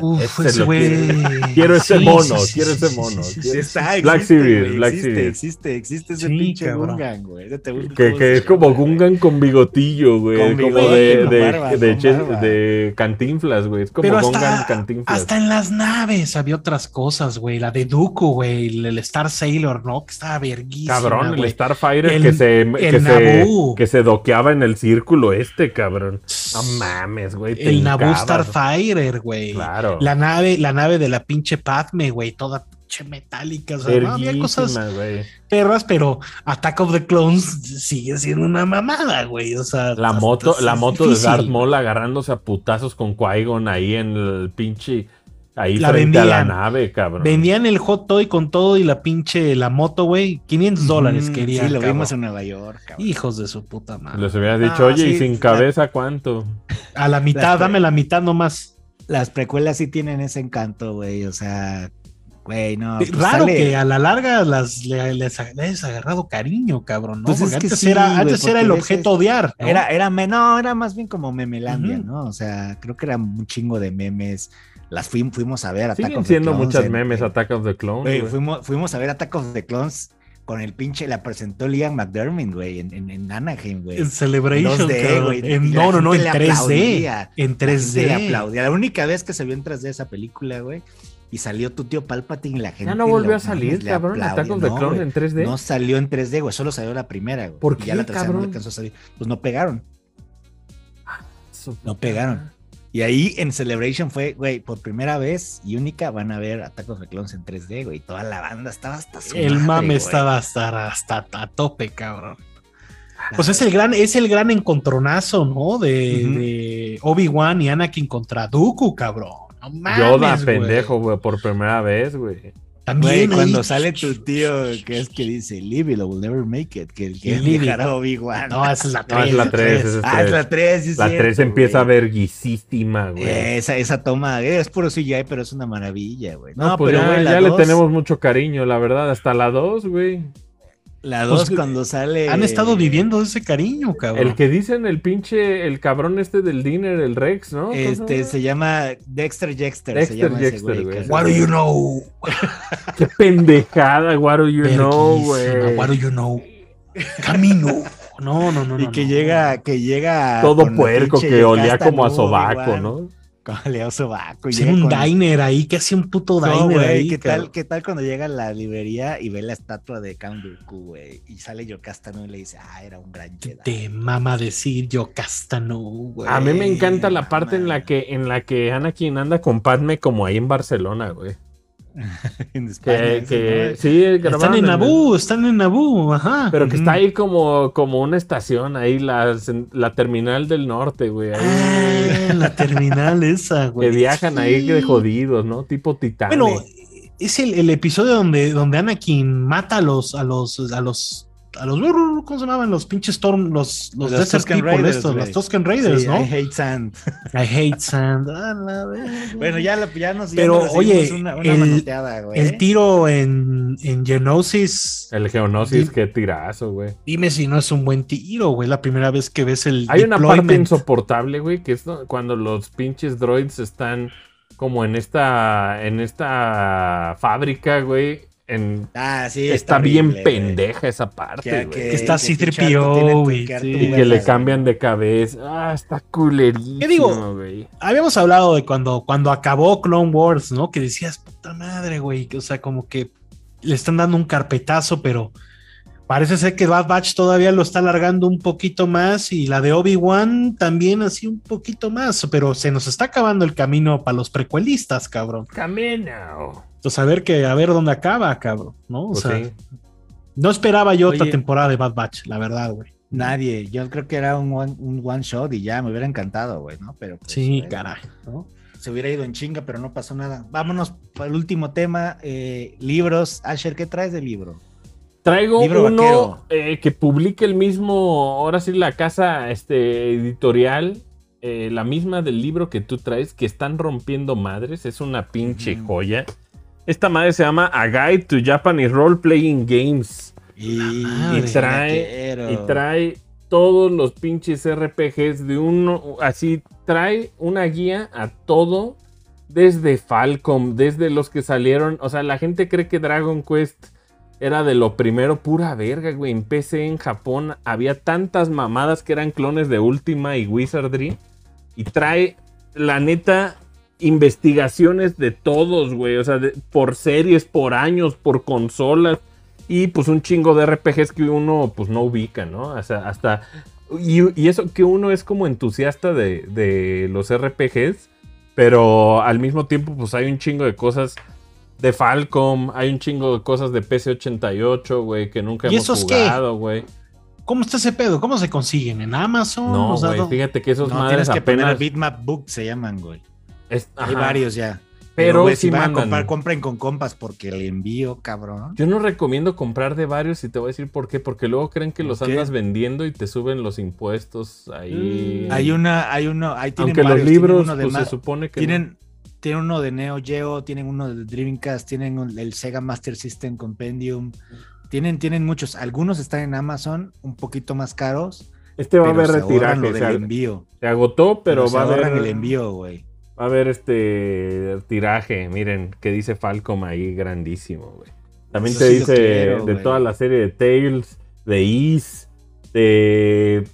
B: Uf,
C: Este
B: ese
C: lo
B: güey.
C: Quiero ese
B: Sí,
C: mono,
B: sí, sí,
C: quiero
B: sí,
C: ese
B: sí,
C: mono.
B: sí, sí,
C: quiero-
A: Está,
C: Black
A: existe,
C: Series,
A: güey,
C: Black
A: existe,
C: Series.
A: existe, existe ese
B: Sí,
A: pinche
B: cabrón.
A: Gungan, güey. Ese Gungan,
C: Que,
A: ¿cómo
C: que
A: se
C: es como
A: llama, güey?
C: Gungan con bigotillo,
A: Con
C: güey. Como
A: bigotillo,
C: de,
A: con
C: de,
A: barba,
C: de,
A: con
C: Ches-
A: barba.
C: de cantinflas, güey. Es como
B: Pero
C: Gongan
B: hasta,
C: cantinflas.
B: hasta en las naves había otras cosas, güey. La de Dooku, güey. El, el Star Sailor, ¿no? Que estaba verguísima,
C: Cabrón, el
B: güey.
C: Starfighter
B: El-
C: que, se,
B: el
C: que, se,
B: Naboo.
C: que se doqueaba en el círculo este, cabrón. No mames, güey. te
B: El Naboo
C: hincabas.
B: Starfighter, güey.
C: Claro.
B: La nave, la nave de la pinche Padme, güey. Toda pinche metálica. O sea, no, había cosas
C: Verguísima, güey.
B: perras, pero Attack of the Clones sigue siendo una mamada, güey. O sea,
C: La
B: hasta-
C: moto, la
B: es
C: moto
B: difícil.
C: de Darth Maul agarrándose a putazos con Qui-Gon ahí en el pinche. Ahí
B: La
C: frente a la
B: vendían.
C: nave, cabrón.
B: Vendían el hot toy con todo y la pinche la moto, güey. 500 dólares
A: Mm,
B: querían.
A: Sí, lo
B: cabrón.
A: vimos en Nueva York, cabrón.
B: Hijos de su puta madre.
C: Les hubieras dicho,
B: Ah,
A: No,
C: oye,
A: sí,
C: ¿y sin
A: la-
C: cabeza cuánto?
B: A la mitad,
A: Este-
B: dame la mitad nomás.
A: Las precuelas sí tienen ese encanto, güey. O sea, güey, no. pues
B: Raro
A: sale-
B: que a la larga las, le, les, le hayas agarrado cariño, cabrón, ¿no?
A: Pues es
B: Porque
A: que
B: antes,
A: sí,
B: era,
A: güey,
B: antes era
A: porque
B: el
A: ves
B: objeto
A: es-
B: odiar. ¿no?
A: Era, era, me- no, era más bien como Memelandia,
B: Ujú.
A: ¿no? O sea, creo que era un chingo de memes. Las fuim- fuimos a ver. Attack
C: Siguen
A: of the
C: siendo
A: Clones
C: muchas
A: en-
C: memes,
A: en-
C: Attack of the Clones.
A: güey,
C: güey.
A: fuimos, fuimos a ver Attack of the Clones con el pinche, la presentó Liam McDermott, güey, en, en, en Anaheim, güey.
B: En Celebration,
A: 2D,
B: cabrón.
A: güey,
B: En-
A: y la
B: no, no, no, en
A: gente le
B: 3D.
A: aplaudía.
B: En
A: La gente
B: 3D.
A: le aplaudía. La única vez que se vio en 3D esa película, güey. Y salió tu tío Palpatine y la gente.
C: Ya no volvió
A: lo-
C: a salir,
A: le
C: cabrón.
A: aplaudió.
C: Attack of the
A: No,
C: Clones
A: güey,
C: en 3D.
A: No salió en 3D, güey. Solo salió la primera, güey.
C: ¿Por
A: Y ya
C: qué,
A: la tercera no
C: cabrón?
A: alcanzó a salir. Pues no pegaron.
C: Su-
A: No pegaron. Y ahí en Celebration fue, güey, por primera vez y única van a ver Attack of the Clones en 3D, güey. Toda la banda estaba hasta su
B: El
A: madre,
B: mame
A: güey.
B: estaba hasta, hasta a tope, cabrón.
A: La-
B: Pues es el gran, es el gran encontronazo, ¿no? De,
A: Ujú.
B: de Obi-Wan y Anakin contra Dooku, cabrón. No mames,
C: Yoda,
B: güey.
C: pendejo, güey, por primera vez, güey.
A: Güey,
B: También ahí-
A: cuando sale tu tío, que es que dice, Live it or we'll never make it, que el que
B: Live it.
A: dejará Obi-Wan.
B: No,
A: [laughs]
B: esa es la 3.
C: No, es la 3, es
A: ah, es la 3,
C: La 3 empieza verguisísima, güey.
A: Esa, esa toma, eh, es puro CGI, pero es una maravilla, güey. No,
C: No, pues
A: pero
C: ya,
A: güey, la
C: ya le
A: dos-
C: tenemos mucho cariño, la verdad, hasta la 2, güey.
A: La 2
B: Pues,
A: cuando sale.
B: Han estado viviendo ese cariño, cabrón.
C: Eh, El que dicen el pinche, el cabrón este del dinner, el Rex, ¿no?
A: Este se llama Dexter Jexter.
C: Dexter
A: se llama ese
C: Jexter, güey.
A: que-
B: What do you know?
C: Qué pendejada, what do you know,
B: Verguísima,
C: güey.
B: What do you know? Camino. No, no, no.
A: Y
B: no,
A: que
B: no.
A: llega, que llega.
C: Todo
A: con la
C: puerco
A: pinche
C: que olía
A: casta
C: como a
A: nueva,
C: sobaco,
A: Obi-Wan,
C: ¿no?
A: Con olía a sobaco. y
B: Sí,
A: llega
B: un
A: con-
B: diner ahí, que hacía un puto
A: No,
B: diner
A: güey,
B: ahí.
A: ¿qué
B: cabrón?
A: tal, ¿Qué tal cuando llega a la librería y ve la estatua de Count Dooku, güey? Y sale Yocastano y le dice, ah, era un gran Jedi.
B: Te mama decir yo Castano, güey.
C: A mí me
A: Güey,
C: encanta la
A: no
C: parte en la
A: mames.
C: que en la que Anakin anda con Padme como ahí en Barcelona, güey.
A: [laughs] En
C: Que,
A: España, ese,
C: que-
A: ¿no?
C: sí,
B: Están
C: grabaron
B: en Naboo, están en Naboo, ajá.
C: Pero que
A: Ujú.
C: está ahí como, como una estación, ahí la, la terminal del norte, güey. ahí,
B: Ah, la terminal esa,
C: que
B: güey.
C: viajan ahí de
B: Sí.
C: jodidos, ¿no? Tipo titanes.
B: Bueno, es el, el episodio donde, donde Anakin mata a los, a los, a los, a los, ¿cómo se llamaban? Los pinches Storm, los, los,
A: Los
B: Desert
A: Tusken
B: People
A: Raiders,
B: estos,
A: güey.
B: los Tusken Raiders,
A: Sí,
B: ¿no?
A: I hate sand.
B: I hate sand. Ah, la verga.
A: Bueno, ¿Eh? ya, la- ya nos ya
B: Pero,
A: nos recibimos
B: oye,
A: una, una
B: el-
A: manoteada, güey.
B: El tiro en, en Genosis,
C: El Geonosis,
B: Di-
C: qué tirazo, güey.
B: dime si no es un buen tiro, güey. La primera vez que ves el
C: Hay una parte
B: deployment.
C: insoportable, güey, que es do- cuando los pinches droids están como en esta, en esta fábrica, güey. En,
A: Ah, sí,
C: está
A: horrible,
C: bien
A: güey.
C: pendeja esa parte,
A: Que-
C: güey.
A: que-
B: Está
A: que pinche
B: C-3PO,
A: harto tiene tu
B: güey,
A: harto
B: sí.
C: Y que
A: huevas,
C: le
A: güey.
C: cambian de cabeza. Ah, está culerísimo,
B: ¿Qué digo?
C: güey.
B: Habíamos hablado de cuando, cuando acabó Clone Wars, ¿no? Que decías, puta madre, güey. que, O sea, como que le están dando un carpetazo, pero parece ser que Bad Batch todavía lo está alargando un poquito más y la de Obi-Wan también así un poquito más, pero se nos está acabando el camino para los precuelistas, cabrón.
C: Camino.
B: Entonces, a ver, que, a ver dónde acaba, cabrón, ¿no? O
C: Pues
B: sea,
C: sí.
B: no esperaba yo otra
C: Oye.
B: temporada de Bad Batch, la verdad, güey.
A: Nadie, yo creo que era un one, un one shot y ya me hubiera encantado, güey, ¿no? Pero pues,
B: Sí,
A: bueno.
B: caray, ¿no?
A: se hubiera ido en chinga, pero no pasó nada. Vámonos para el último tema, eh, libros. Asher, ¿qué traes de libro?
C: Traigo
A: Libro
C: uno
A: vaquero.
C: eh, que publique el mismo, ahora sí, la casa este, editorial eh, la misma del libro que tú traes, que están rompiendo madres, es una pinche
A: Ujú.
C: joya. Esta madre se llama A Guide to Japanese Role Playing Games.
A: Y,
B: madre.
A: la
C: trae-
A: quiero.
C: Y trae todos los pinches RPGs de uno. Así trae una guía a todo. Desde Falcom, desde los que salieron. O sea, la gente cree que Dragon Quest era de lo primero. Pura verga, güey. En PC en Japón había tantas mamadas que eran clones de Ultima y Wizardry. Y trae, la neta, investigaciones de todos, güey. O sea, de- por series, por años, por consolas y pues un chingo de RPGs que uno pues no ubica, ¿no? O sea, hasta... Y, y eso que uno es como entusiasta de, de los RPGs, pero al mismo tiempo pues hay un chingo de cosas de Falcom, hay un chingo de cosas de PC88, güey, que nunca
B: ¿Y
C: hemos
B: esos qué?
C: jugado, güey.
B: ¿Cómo está ese pedo? ¿Cómo se consiguen? ¿En Amazon?
C: No,
B: O sea,
C: güey,
B: ¿dó-
C: fíjate que esos
A: No,
C: madres
A: tienes que poner
C: apenas...
A: Bitmap Book, se llaman, güey.
C: es-
A: Hay
C: ajá.
A: varios ya.
C: Pero
A: güey,
C: sí
A: si van a
C: mandan.
A: comprar, compren con compas porque el envío, cabrón.
C: Yo no recomiendo comprar de varios y te voy a decir por qué, porque luego creen que
A: ¿Por
C: los
A: qué?
C: andas vendiendo y te suben los impuestos ahí.
B: Mm.
A: Hay una, hay uno, ahí tienen
C: Aunque los
A: varios, tienen
C: libros
A: uno de
C: pues, se
A: Ma-
C: supone que
A: tienen, tienen uno de Neo Geo, tienen uno de Dreamcast, tienen un- el Sega Master System Compendium. Tienen, tienen muchos. Algunos están en Amazon, un poquito más caros.
C: no. este va a
A: pero
C: haber
A: se ahorran
C: retiraje,
A: lo
C: o sea,
A: del envío.
C: se agotó, pero,
A: se
C: va a haber
A: ahorran el envío, güey.
C: va a haber este tiraje, miren, que dice Falcom ahí grandísimo, güey. También
A: Eso
C: te
A: sí lo
C: dice
A: quiero,
C: de
A: güey.
C: toda la serie de Tales, de Is, de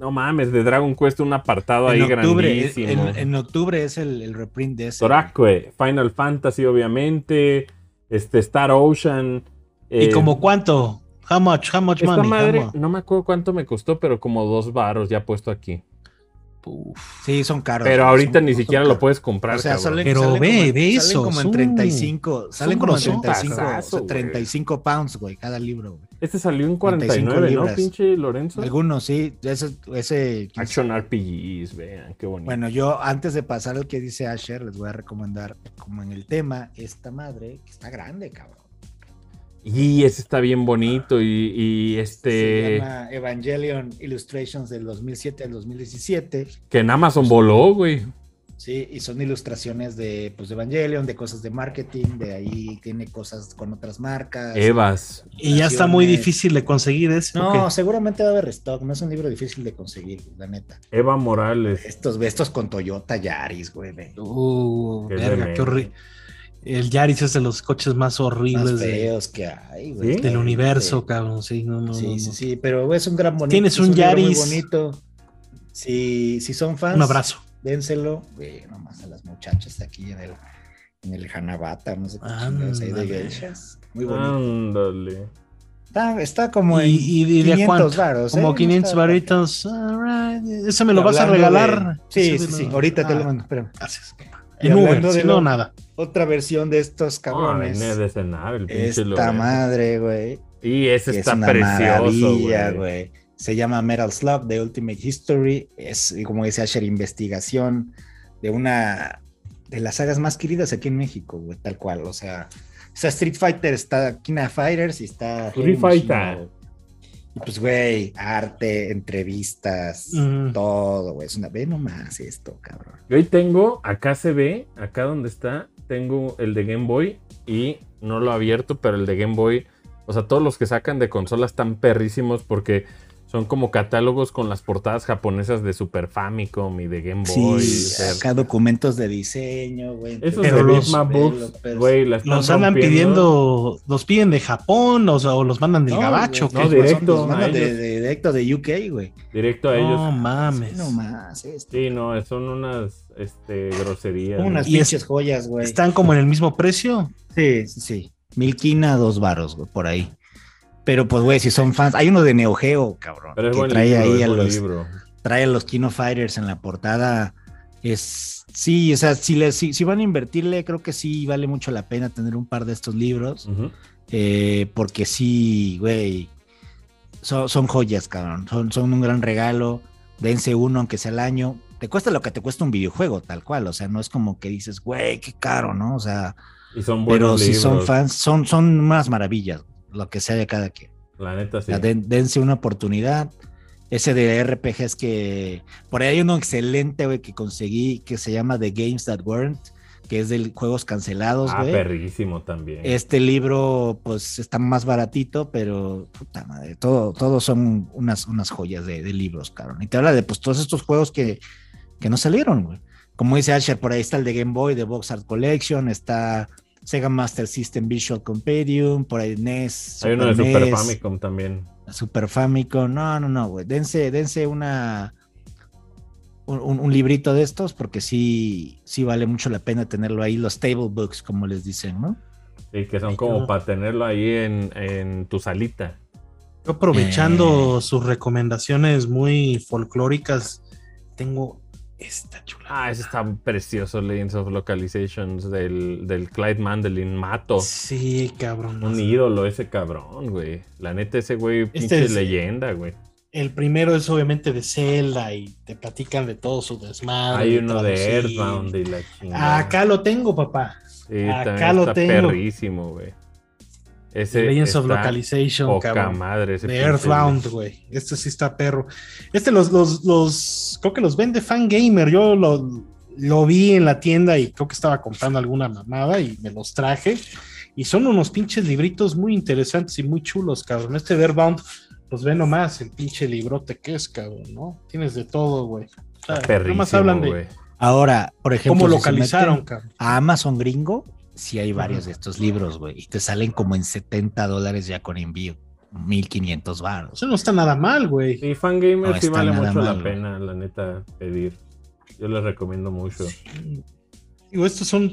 C: no mames, de Dragon Quest un apartado ahí
A: En octubre,
C: grandísimo.
A: en, en octubre es el, el reprint de ese.
C: Torakue, eh, Final Fantasy, obviamente. Este, Star Ocean.
B: ¿Y
C: eh,
B: como cuánto? How much? How much
C: esta
B: money? How
C: madre,
B: much?
C: no me acuerdo cuánto me costó, pero como dos varos ya puesto aquí.
B: Uf.
A: Sí, son caros.
C: Pero
A: güey,
C: ahorita
A: son-
C: ni
A: son
C: siquiera
A: caros.
C: lo puedes comprar.
A: O sea,
C: cabrón.
A: salen,
B: Pero
A: salen
B: ve,
A: como, en-
B: ve
A: salen
B: eso,
A: como
B: es
A: en
B: un-
A: 35, salen como en
B: grosotazo,
A: 35, o sea,
C: güey.
A: 35 pounds, güey, cada libro. güey.
C: Este salió en
A: 45
C: 49, ¿no,
A: libras.
C: pinche Lorenzo?
A: Algunos sí, ese, ese
C: Action RPGs, vean, qué bonito.
A: bueno, yo antes de pasar al que dice Asher, les voy a recomendar como en el tema esta madre que está grande, cabrón.
C: Y ese está bien bonito. Y, y
A: Se
C: este.
A: llama Evangelion Illustrations del 2007 al 2017.
C: Que en Amazon voló, güey.
A: Sí, y son ilustraciones de, pues, de Evangelion, de cosas de marketing, de ahí tiene cosas con otras marcas.
C: Evas.
B: Y ya está muy
A: Naciones.
B: difícil de conseguir ese.
A: No,
B: ¿o qué?
A: seguramente va a haber restock, no es un libro difícil de conseguir, la neta.
C: Eva Morales.
A: Estos, estos con Toyota Yaris, güey. ve.
B: Uh,
C: Qué
B: verga, qué
C: tremendo.
B: horrible. El Yaris es de los coches más
A: Más
B: horribles de-
A: feos que hay, güey.
C: ¿Sí?
B: del
A: Está
B: universo,
A: horrible.
B: cabrón. Sí, no, no, no,
A: Sí, sí,
B: no.
A: sí, pero es un gran bonito.
B: Tienes
A: es
B: un
A: libro muy
B: Yaris.
A: bonito. Si, si son fans,
B: Un abrazo.
A: dénselo. Güey, nomás a las muchachas de aquí en el, en el Hanabata, no sé qué
B: Ah,
A: chingados hay de
B: Ándale.
A: geishas. Muy
C: Ah.
A: bonito.
C: Ándale.
A: Está, está como en
B: ¿Y, y- y de
A: 500
B: cuánto?
A: varos. ¿eh?
B: Como
A: No
B: 500
A: está-
B: varitos. All right. Ese me lo vas a
A: Hablando de-
B: regalar.
A: Sí,
B: Ese
A: sí,
B: me
A: sí.
B: lo-
A: Ahorita te
B: Ah,
A: lo mando. espérame.
B: Gracias.
A: Y
B: En Uber,
A: hablando de
B: si no,
A: lo-
B: nada.
A: Otra versión de estos cabrones.
C: Ah, venía de cenar el pinche
A: Esta
C: Lorenzo.
A: madre, güey.
C: Y ese
A: que
C: está
A: es una
C: precioso,
A: maravilla,
C: güey.
A: güey. Se llama Metal Slug The Ultimate History. Es, como dice Asher, investigación de una de las sagas más queridas aquí en México, güey, tal cual. O sea, está Street Fighter, está Kina Fighters y está. Heavy
C: Street
A: Machine,
C: Fighter.
A: güey. Y pues, güey, arte, entrevistas,
B: Mm.
A: todo, güey. Es una. Ve nomás esto, cabrón.
C: Yo hoy tengo, acá se ve, acá donde está, tengo el de Game Boy y no lo he abierto, pero el de Game Boy, o sea, todos los que sacan de consola están perrísimos porque son como catálogos con las portadas japonesas de Super Famicom y de Game Boy.
A: Sí,
C: o sea,
A: acá documentos de diseño, güey.
C: esos
B: Pero
C: de
B: los
C: Big Map Books,
A: developers.
C: güey, la están
B: Los andan
C: rompiendo.
B: pidiendo, los piden de Japón o, sea, o los mandan del
A: No,
B: gabacho.
A: güey,
C: no,
B: ¿qué?
A: los
C: directo
A: mandan- los mandan
C: a
A: de-
C: ellos.
A: de- directo de UK, güey.
C: directo a
B: No
C: ellos.
B: mames.
A: No más, este. esto.
C: Sí, no, son unas este, groserías. ¿no?
A: Unas
B: Y es-
A: pinches joyas, güey.
B: Están como en el mismo precio.
A: Sí, sí, sí. Mil quina, dos varos, güey, por ahí. Pero pues, güey, si son fans, hay uno de Neo Geo, cabrón.
C: Pero es
A: que
C: buen
A: trae
C: libro,
A: ahí
C: es
A: a
C: buen
A: los,
C: libro.
A: trae a los Kino Fighters en la portada. Es, sí, o sea, si, le, si, si van a invertirle, creo que sí vale mucho la pena tener un par de estos libros.
C: Ujú.
A: eh, porque sí, güey, son, son joyas, cabrón. Son, son un gran regalo. Dense uno, aunque sea el año. Te cuesta lo que te cuesta un videojuego, tal cual. O sea, no es como que dices, güey, qué caro, ¿no? O sea,
C: Y son buenos
A: pero si son
C: libros,
A: fans, son, son unas maravillas, lo que sea de cada quien.
C: La neta,
A: O
C: sí.
A: sea, den- dense una oportunidad. Ese de RPGs que. Por ahí hay uno excelente, güey, que conseguí que se llama The Games That Weren't, que es de juegos cancelados,
C: Ah,
A: güey.
C: perrísimo también.
A: Este libro, pues, está más baratito, pero puta madre, todo, todos son unas, unas joyas de, de libros, cabrón. Y te habla de pues todos estos juegos que, que no salieron, güey. Como dice Asher, por ahí está el de Game Boy, de Box Art Collection, está Sega Master System Visual Compendium, por ahí E NES.
C: Hay uno de Super
A: NES,
C: Famicom también.
A: E Super Famicom. No, no, no, güey. Dense, dense una. Un, un- un librito de estos, porque sí, sí vale mucho la pena tenerlo ahí, los table books, como les dicen, ¿no?
C: Sí, que son como para tenerlo ahí en, en tu salita.
B: Yo
C: Eh.
B: aprovechando sus recomendaciones muy folclóricas, tengo esta chulada.
C: Ah, ese está precioso, Legends of Localizations del, del Clyde Mandelin, Mato.
B: Sí, cabrón.
C: Oh. Un ídolo ese cabrón, güey. La neta, ese güey, pinche
B: Este es-
C: leyenda, güey.
B: El primero es obviamente de Zelda y te platican de todo su desmadre.
C: Hay uno de
B: traducir.
C: Earthbound y la chingada.
B: Acá lo tengo, papá.
C: Sí,
B: acá
C: también
B: lo
C: está
B: ah, tengo.
C: perrísimo, güey. Ese
B: Legends of
C: está
B: Localization,
C: poca
B: cabrón.
C: madre. Ese
B: De
C: pinche-
B: Earthbound, güey. Este sí está perro. Este los, los, los, creo que los vende Fangamer. Yo lo, lo vi en la tienda y creo que estaba comprando alguna mamada y me los traje. Y son unos pinches libritos muy interesantes y muy chulos, cabrón. Este de Earthbound, pues ve nomás el pinche librote que es, cabrón, ¿no? Tienes de todo, güey. O sea,
C: Está
B: nada
C: perrísimo,
B: más hablan de
C: güey.
A: Ahora, por ejemplo,
B: cómo
A: si se
B: localizaron,
A: meten
B: cabrón.
A: a Amazon Gringo, sí hay varios de estos libros, güey, y te salen como en 70 dólares ya con envío, 1500 baros.
B: Eso no está nada mal, güey.
C: Y Fangamer
A: No
C: sí
A: está
C: vale
A: nada
C: mucho
A: mal,
C: la
A: güey.
C: pena, la neta, pedir. Yo les recomiendo mucho.
B: Digo, estos son.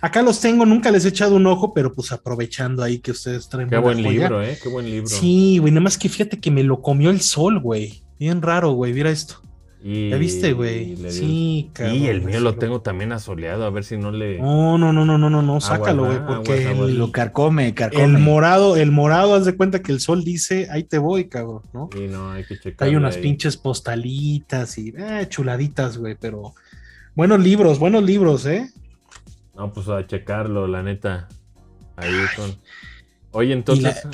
B: Acá los tengo, nunca les he echado un ojo, pero pues aprovechando ahí que ustedes traen.
C: Qué
B: buena
C: buen
B: joya.
C: libro, ¿eh? Qué buen libro.
B: Sí, güey, nada más que fíjate que me lo comió el sol, güey. Bien raro, güey, mira esto.
C: Y,
B: ¿Ya viste,
C: y
B: güey?
C: le dio-
B: Sí, cabrón.
C: Y el mío lo
B: sí,
C: tengo también asoleado, a ver si no le...
B: No, no, no, no, no, no, no, sácalo,
C: va,
B: güey, porque
C: aguas, aguas.
B: el,
A: Lo carcome, carcome.
B: el morado, el morado, haz de cuenta que el sol dice, ahí te voy, cabrón, ¿no?
C: Sí, no, hay que checar.
B: Hay unas pinches postalitas y eh, chuladitas, güey, pero buenos libros, buenos libros, ¿eh?
C: No, pues a checarlo, la neta. Ahí son. Oye, entonces...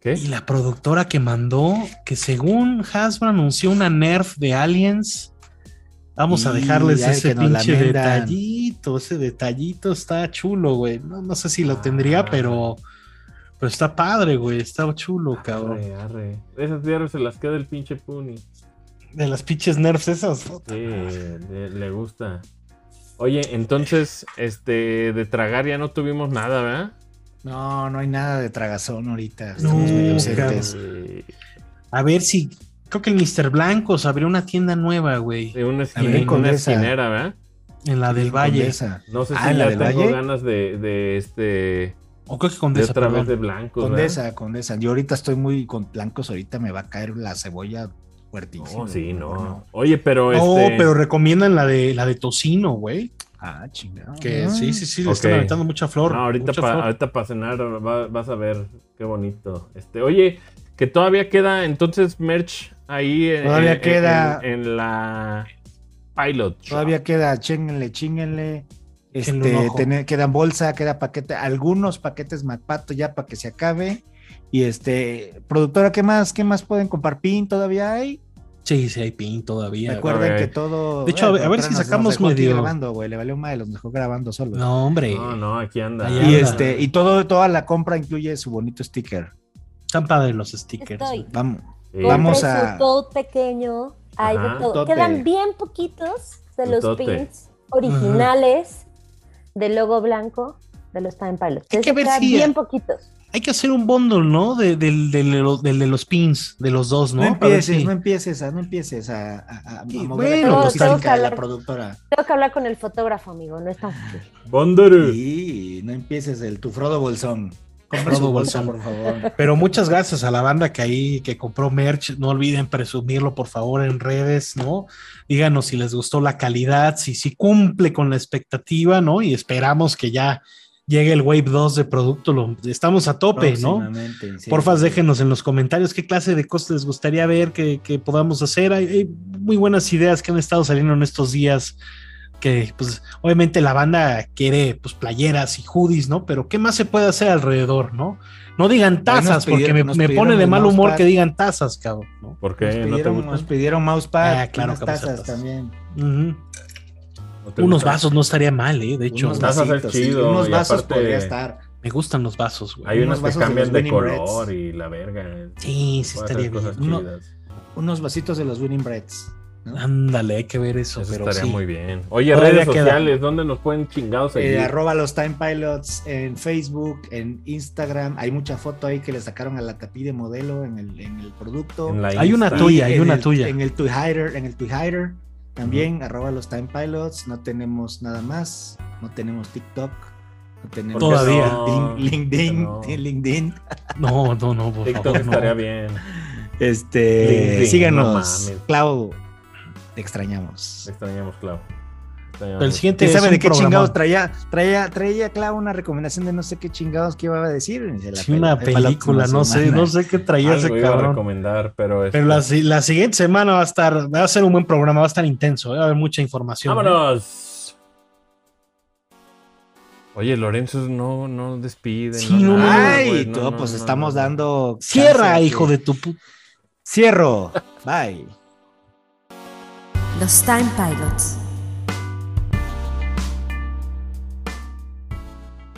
C: ¿Qué?
B: Y la productora que mandó, que según Hasbro anunció una nerf de Aliens, vamos a
A: Y
B: dejarles
A: ya
B: ese
A: que nos la
B: pinche
A: vendan.
B: detallito, ese detallito está chulo, güey. No, no sé si lo
C: Ah.
B: tendría, pero, pero está padre, güey. Está
C: Ah,
B: chulo, cabrón.
C: Arre, arre. Esas diarios se las queda el pinche Puni.
B: De las pinches nerfs esas. puta
C: Sí,
B: madre.
C: le, le gusta. Oye, entonces, este, de tragar ya no tuvimos nada, ¿verdad?
A: No, no hay nada de tragazón ahorita.
B: No,
A: Estamos medio ausentes.
C: Eh,
B: A ver si. Creo que el Mr. Blancos abrió una tienda nueva, güey.
C: de una, esquina-
A: También con
C: una
A: esa.
C: esquinera, ¿verdad?
B: En la del Valle.
A: Condesa.
C: No sé si
A: Ah, ¿en
C: ya
A: la
C: tengo
A: del Valle?
C: ganas de, de este
B: O creo que
C: de
B: Condesa,
C: otra
B: perdón.
C: vez de
B: Pues,
C: blancos. ¿verdad?
A: Condesa, condesa. Yo ahorita estoy muy con blancos, ahorita me va a caer la cebolla fuertísima.
C: No, sí,
A: güey,
C: no. Oye, pero
B: Oh, No,
C: este.
B: pero recomiendan la de la de tocino, güey.
A: Ah, chingado.
B: Que
A: Ah.
B: sí, sí, sí, le
C: Ok.
B: están aventando mucha flor.
C: No, ahorita
B: mucha
C: para
B: flor.
C: ahorita pa cenar va- vas a ver qué bonito. Este, oye, que todavía queda entonces merch ahí en,
A: Todavía
C: en-
A: queda.
C: en, en la pilot. shop.
A: Todavía queda, chénganle, chinguenle.
B: Échenle un
A: Este,
B: ojo.
A: tener, queda en bolsa, queda paquete, algunos paquetes MacPato ya para que se acabe. Y este, productora, ¿qué más? ¿Qué más pueden comprar? ¿Pin todavía hay?
B: Sí, sí, hay pin todavía. güey.
A: Recuerden
C: ok.
A: que todo.
B: De hecho, a ver- a ver
A: productora
B: si
A: nos- nos
B: sacamos
A: dejó aquí
B: medio-
A: grabando, güey. Le valió madre, los dejó grabando solo.
B: No, hombre.
C: No, no, aquí anda.
B: Ahí
A: Y
B: anda.
A: este, y todo, toda la compra incluye su bonito sticker.
B: Están padres los stickers.
D: Estoy.
B: güey.
A: Vamos.
C: Sí.
A: Vamos
D: Compren
A: a-
D: su tote pequeño. Hay de
C: Ajá.
D: todo.
A: Tote.
D: Quedan bien poquitos de
C: Tu
D: los
C: tote.
D: pins originales del logo blanco de los Time Pilots.
B: Hay que ver
D: quedan
B: si-
D: bien poquitos.
B: Hay que hacer un bundle, ¿no? De- del, del- de los- del de los pins, de los dos, ¿no?
A: No,
B: Para ver
A: empieces,
B: si-
A: no empieces a, no empieces a, a- a- a mover
B: bueno,
A: la
D: pues,
A: crítica
D: tengo que
A: de la
D: hablar.
A: productora.
D: Tengo que hablar con el fotógrafo, amigo. No es tan fácil.
C: Bonduru.
A: Y no empieces el tu Frodo Bolsón. Compra
B: Frodo
A: su bolsa,
B: Bolsón.
A: por favor.
B: Pero muchas gracias a la banda que ahí que compró merch. No olviden presumirlo, por favor, en redes, ¿no? Díganos si les gustó la calidad, si, si cumple con la expectativa, ¿no? Y esperamos que ya llegue el Wave 2 de producto. Lo- estamos a tope, ¿no?
A: Próximamente, sí.
B: Porfas, déjenos en los comentarios qué clase de cosas les gustaría ver que, que podamos hacer. Hay, hay muy buenas ideas que han estado saliendo en estos días que pues obviamente la banda quiere pues playeras y hoodies, ¿no? Pero ¿qué más se puede hacer alrededor, no? No digan tazas, porque
A: pidieron-
B: me,
A: nos
B: me
A: pidieron
B: pone de
A: el
B: mal humor
A: mousepad.
B: que digan tazas, cabrón, ¿no?
C: ¿Por
A: Nos
C: qué? ¿No te
A: pidieron,
C: gustan?
A: nos pidieron mousepad,
B: Ah, claro,
A: unas
B: que vamos a hacer
A: tazas
B: tazas.
A: también.
B: Ujú.
C: ¿No te
B: Unos
C: gustan?
B: vasos no estaría mal, ¿eh? De hecho,
A: unos
C: tazas es
A: vasitos, sí,
C: chido,
A: unos
C: y
A: vasos
C: aparte-
A: podría estar.
B: me gustan los vasos, güey.
C: Hay
A: unos
C: unos que
A: vasos de
C: cambian
A: los
C: de
A: Benny
C: color
A: Breads.
C: y la verga.
B: Sí, sí
C: Pueden
B: estaría
C: hacer cosas
B: bien. Uno-
C: chidas.
A: Unos vasitos de los Winning Breads. ¿no?
B: ándale, hay que ver eso,
C: Eso
B: pero
C: estaría
B: sí.
C: muy bien. Oye,
B: Todavía
C: redes
B: queda.
C: sociales, ¿dónde nos pueden chingados seguir?
A: Eh, arroba los Time Pilots en Facebook, en Instagram. Hay mucha foto ahí que le sacaron a la tapí de modelo en el, en el producto.
C: En la
B: Hay una
C: Insta.
A: Y
B: tuya, hay
A: en
B: una
A: el-
B: tuya.
A: En el Twitter, en el Twitter también, arroba los Time Pilots. No tenemos nada más. No tenemos TikTok. No tenemos
B: ¿Por qué Todavía.
C: no?
A: Lin- LinkedIn.
C: ¿Por qué
A: [laughs]
C: no?
A: LinkedIn.
B: No, no, no, por
C: TikTok
B: favor. no.
C: estaría bien.
A: Este,
C: LinkedIn, no
A: síganos.
C: mames.
A: Clau, te extrañamos.
C: Te extrañamos, Clau. Te extrañamos.
B: Pero el siguiente
A: ¿Quién
B: es
A: sabe
B: un
A: de qué
B: programón.
A: chingados traía? Traía, traía Clau una recomendación de no sé qué chingados que iba a decir. Se la
B: Sí, una
A: pela- para la
B: película,
A: próxima
B: no sé,
A: semana.
B: no sé qué traía
C: Algo
B: ese
C: iba a
B: cabrón.
C: recomendar, pero... este-
B: Pero la, si- la siguiente semana va a estar, va a ser un buen programa, va a estar intenso, ¿eh? va a haber mucha información. ¿eh?
C: ¡Vámonos! Oye, Lorenzo no, no despide.
B: Sí, no,
C: nada,
A: Ay,
C: güey, no,
A: todo,
C: no,
A: pues
C: no,
A: estamos
C: no.
A: dando.
B: Cierra,
A: chance
B: hijo
A: que-
B: de tu puta.
A: Cierro. Bye.
E: Los Time Pilots.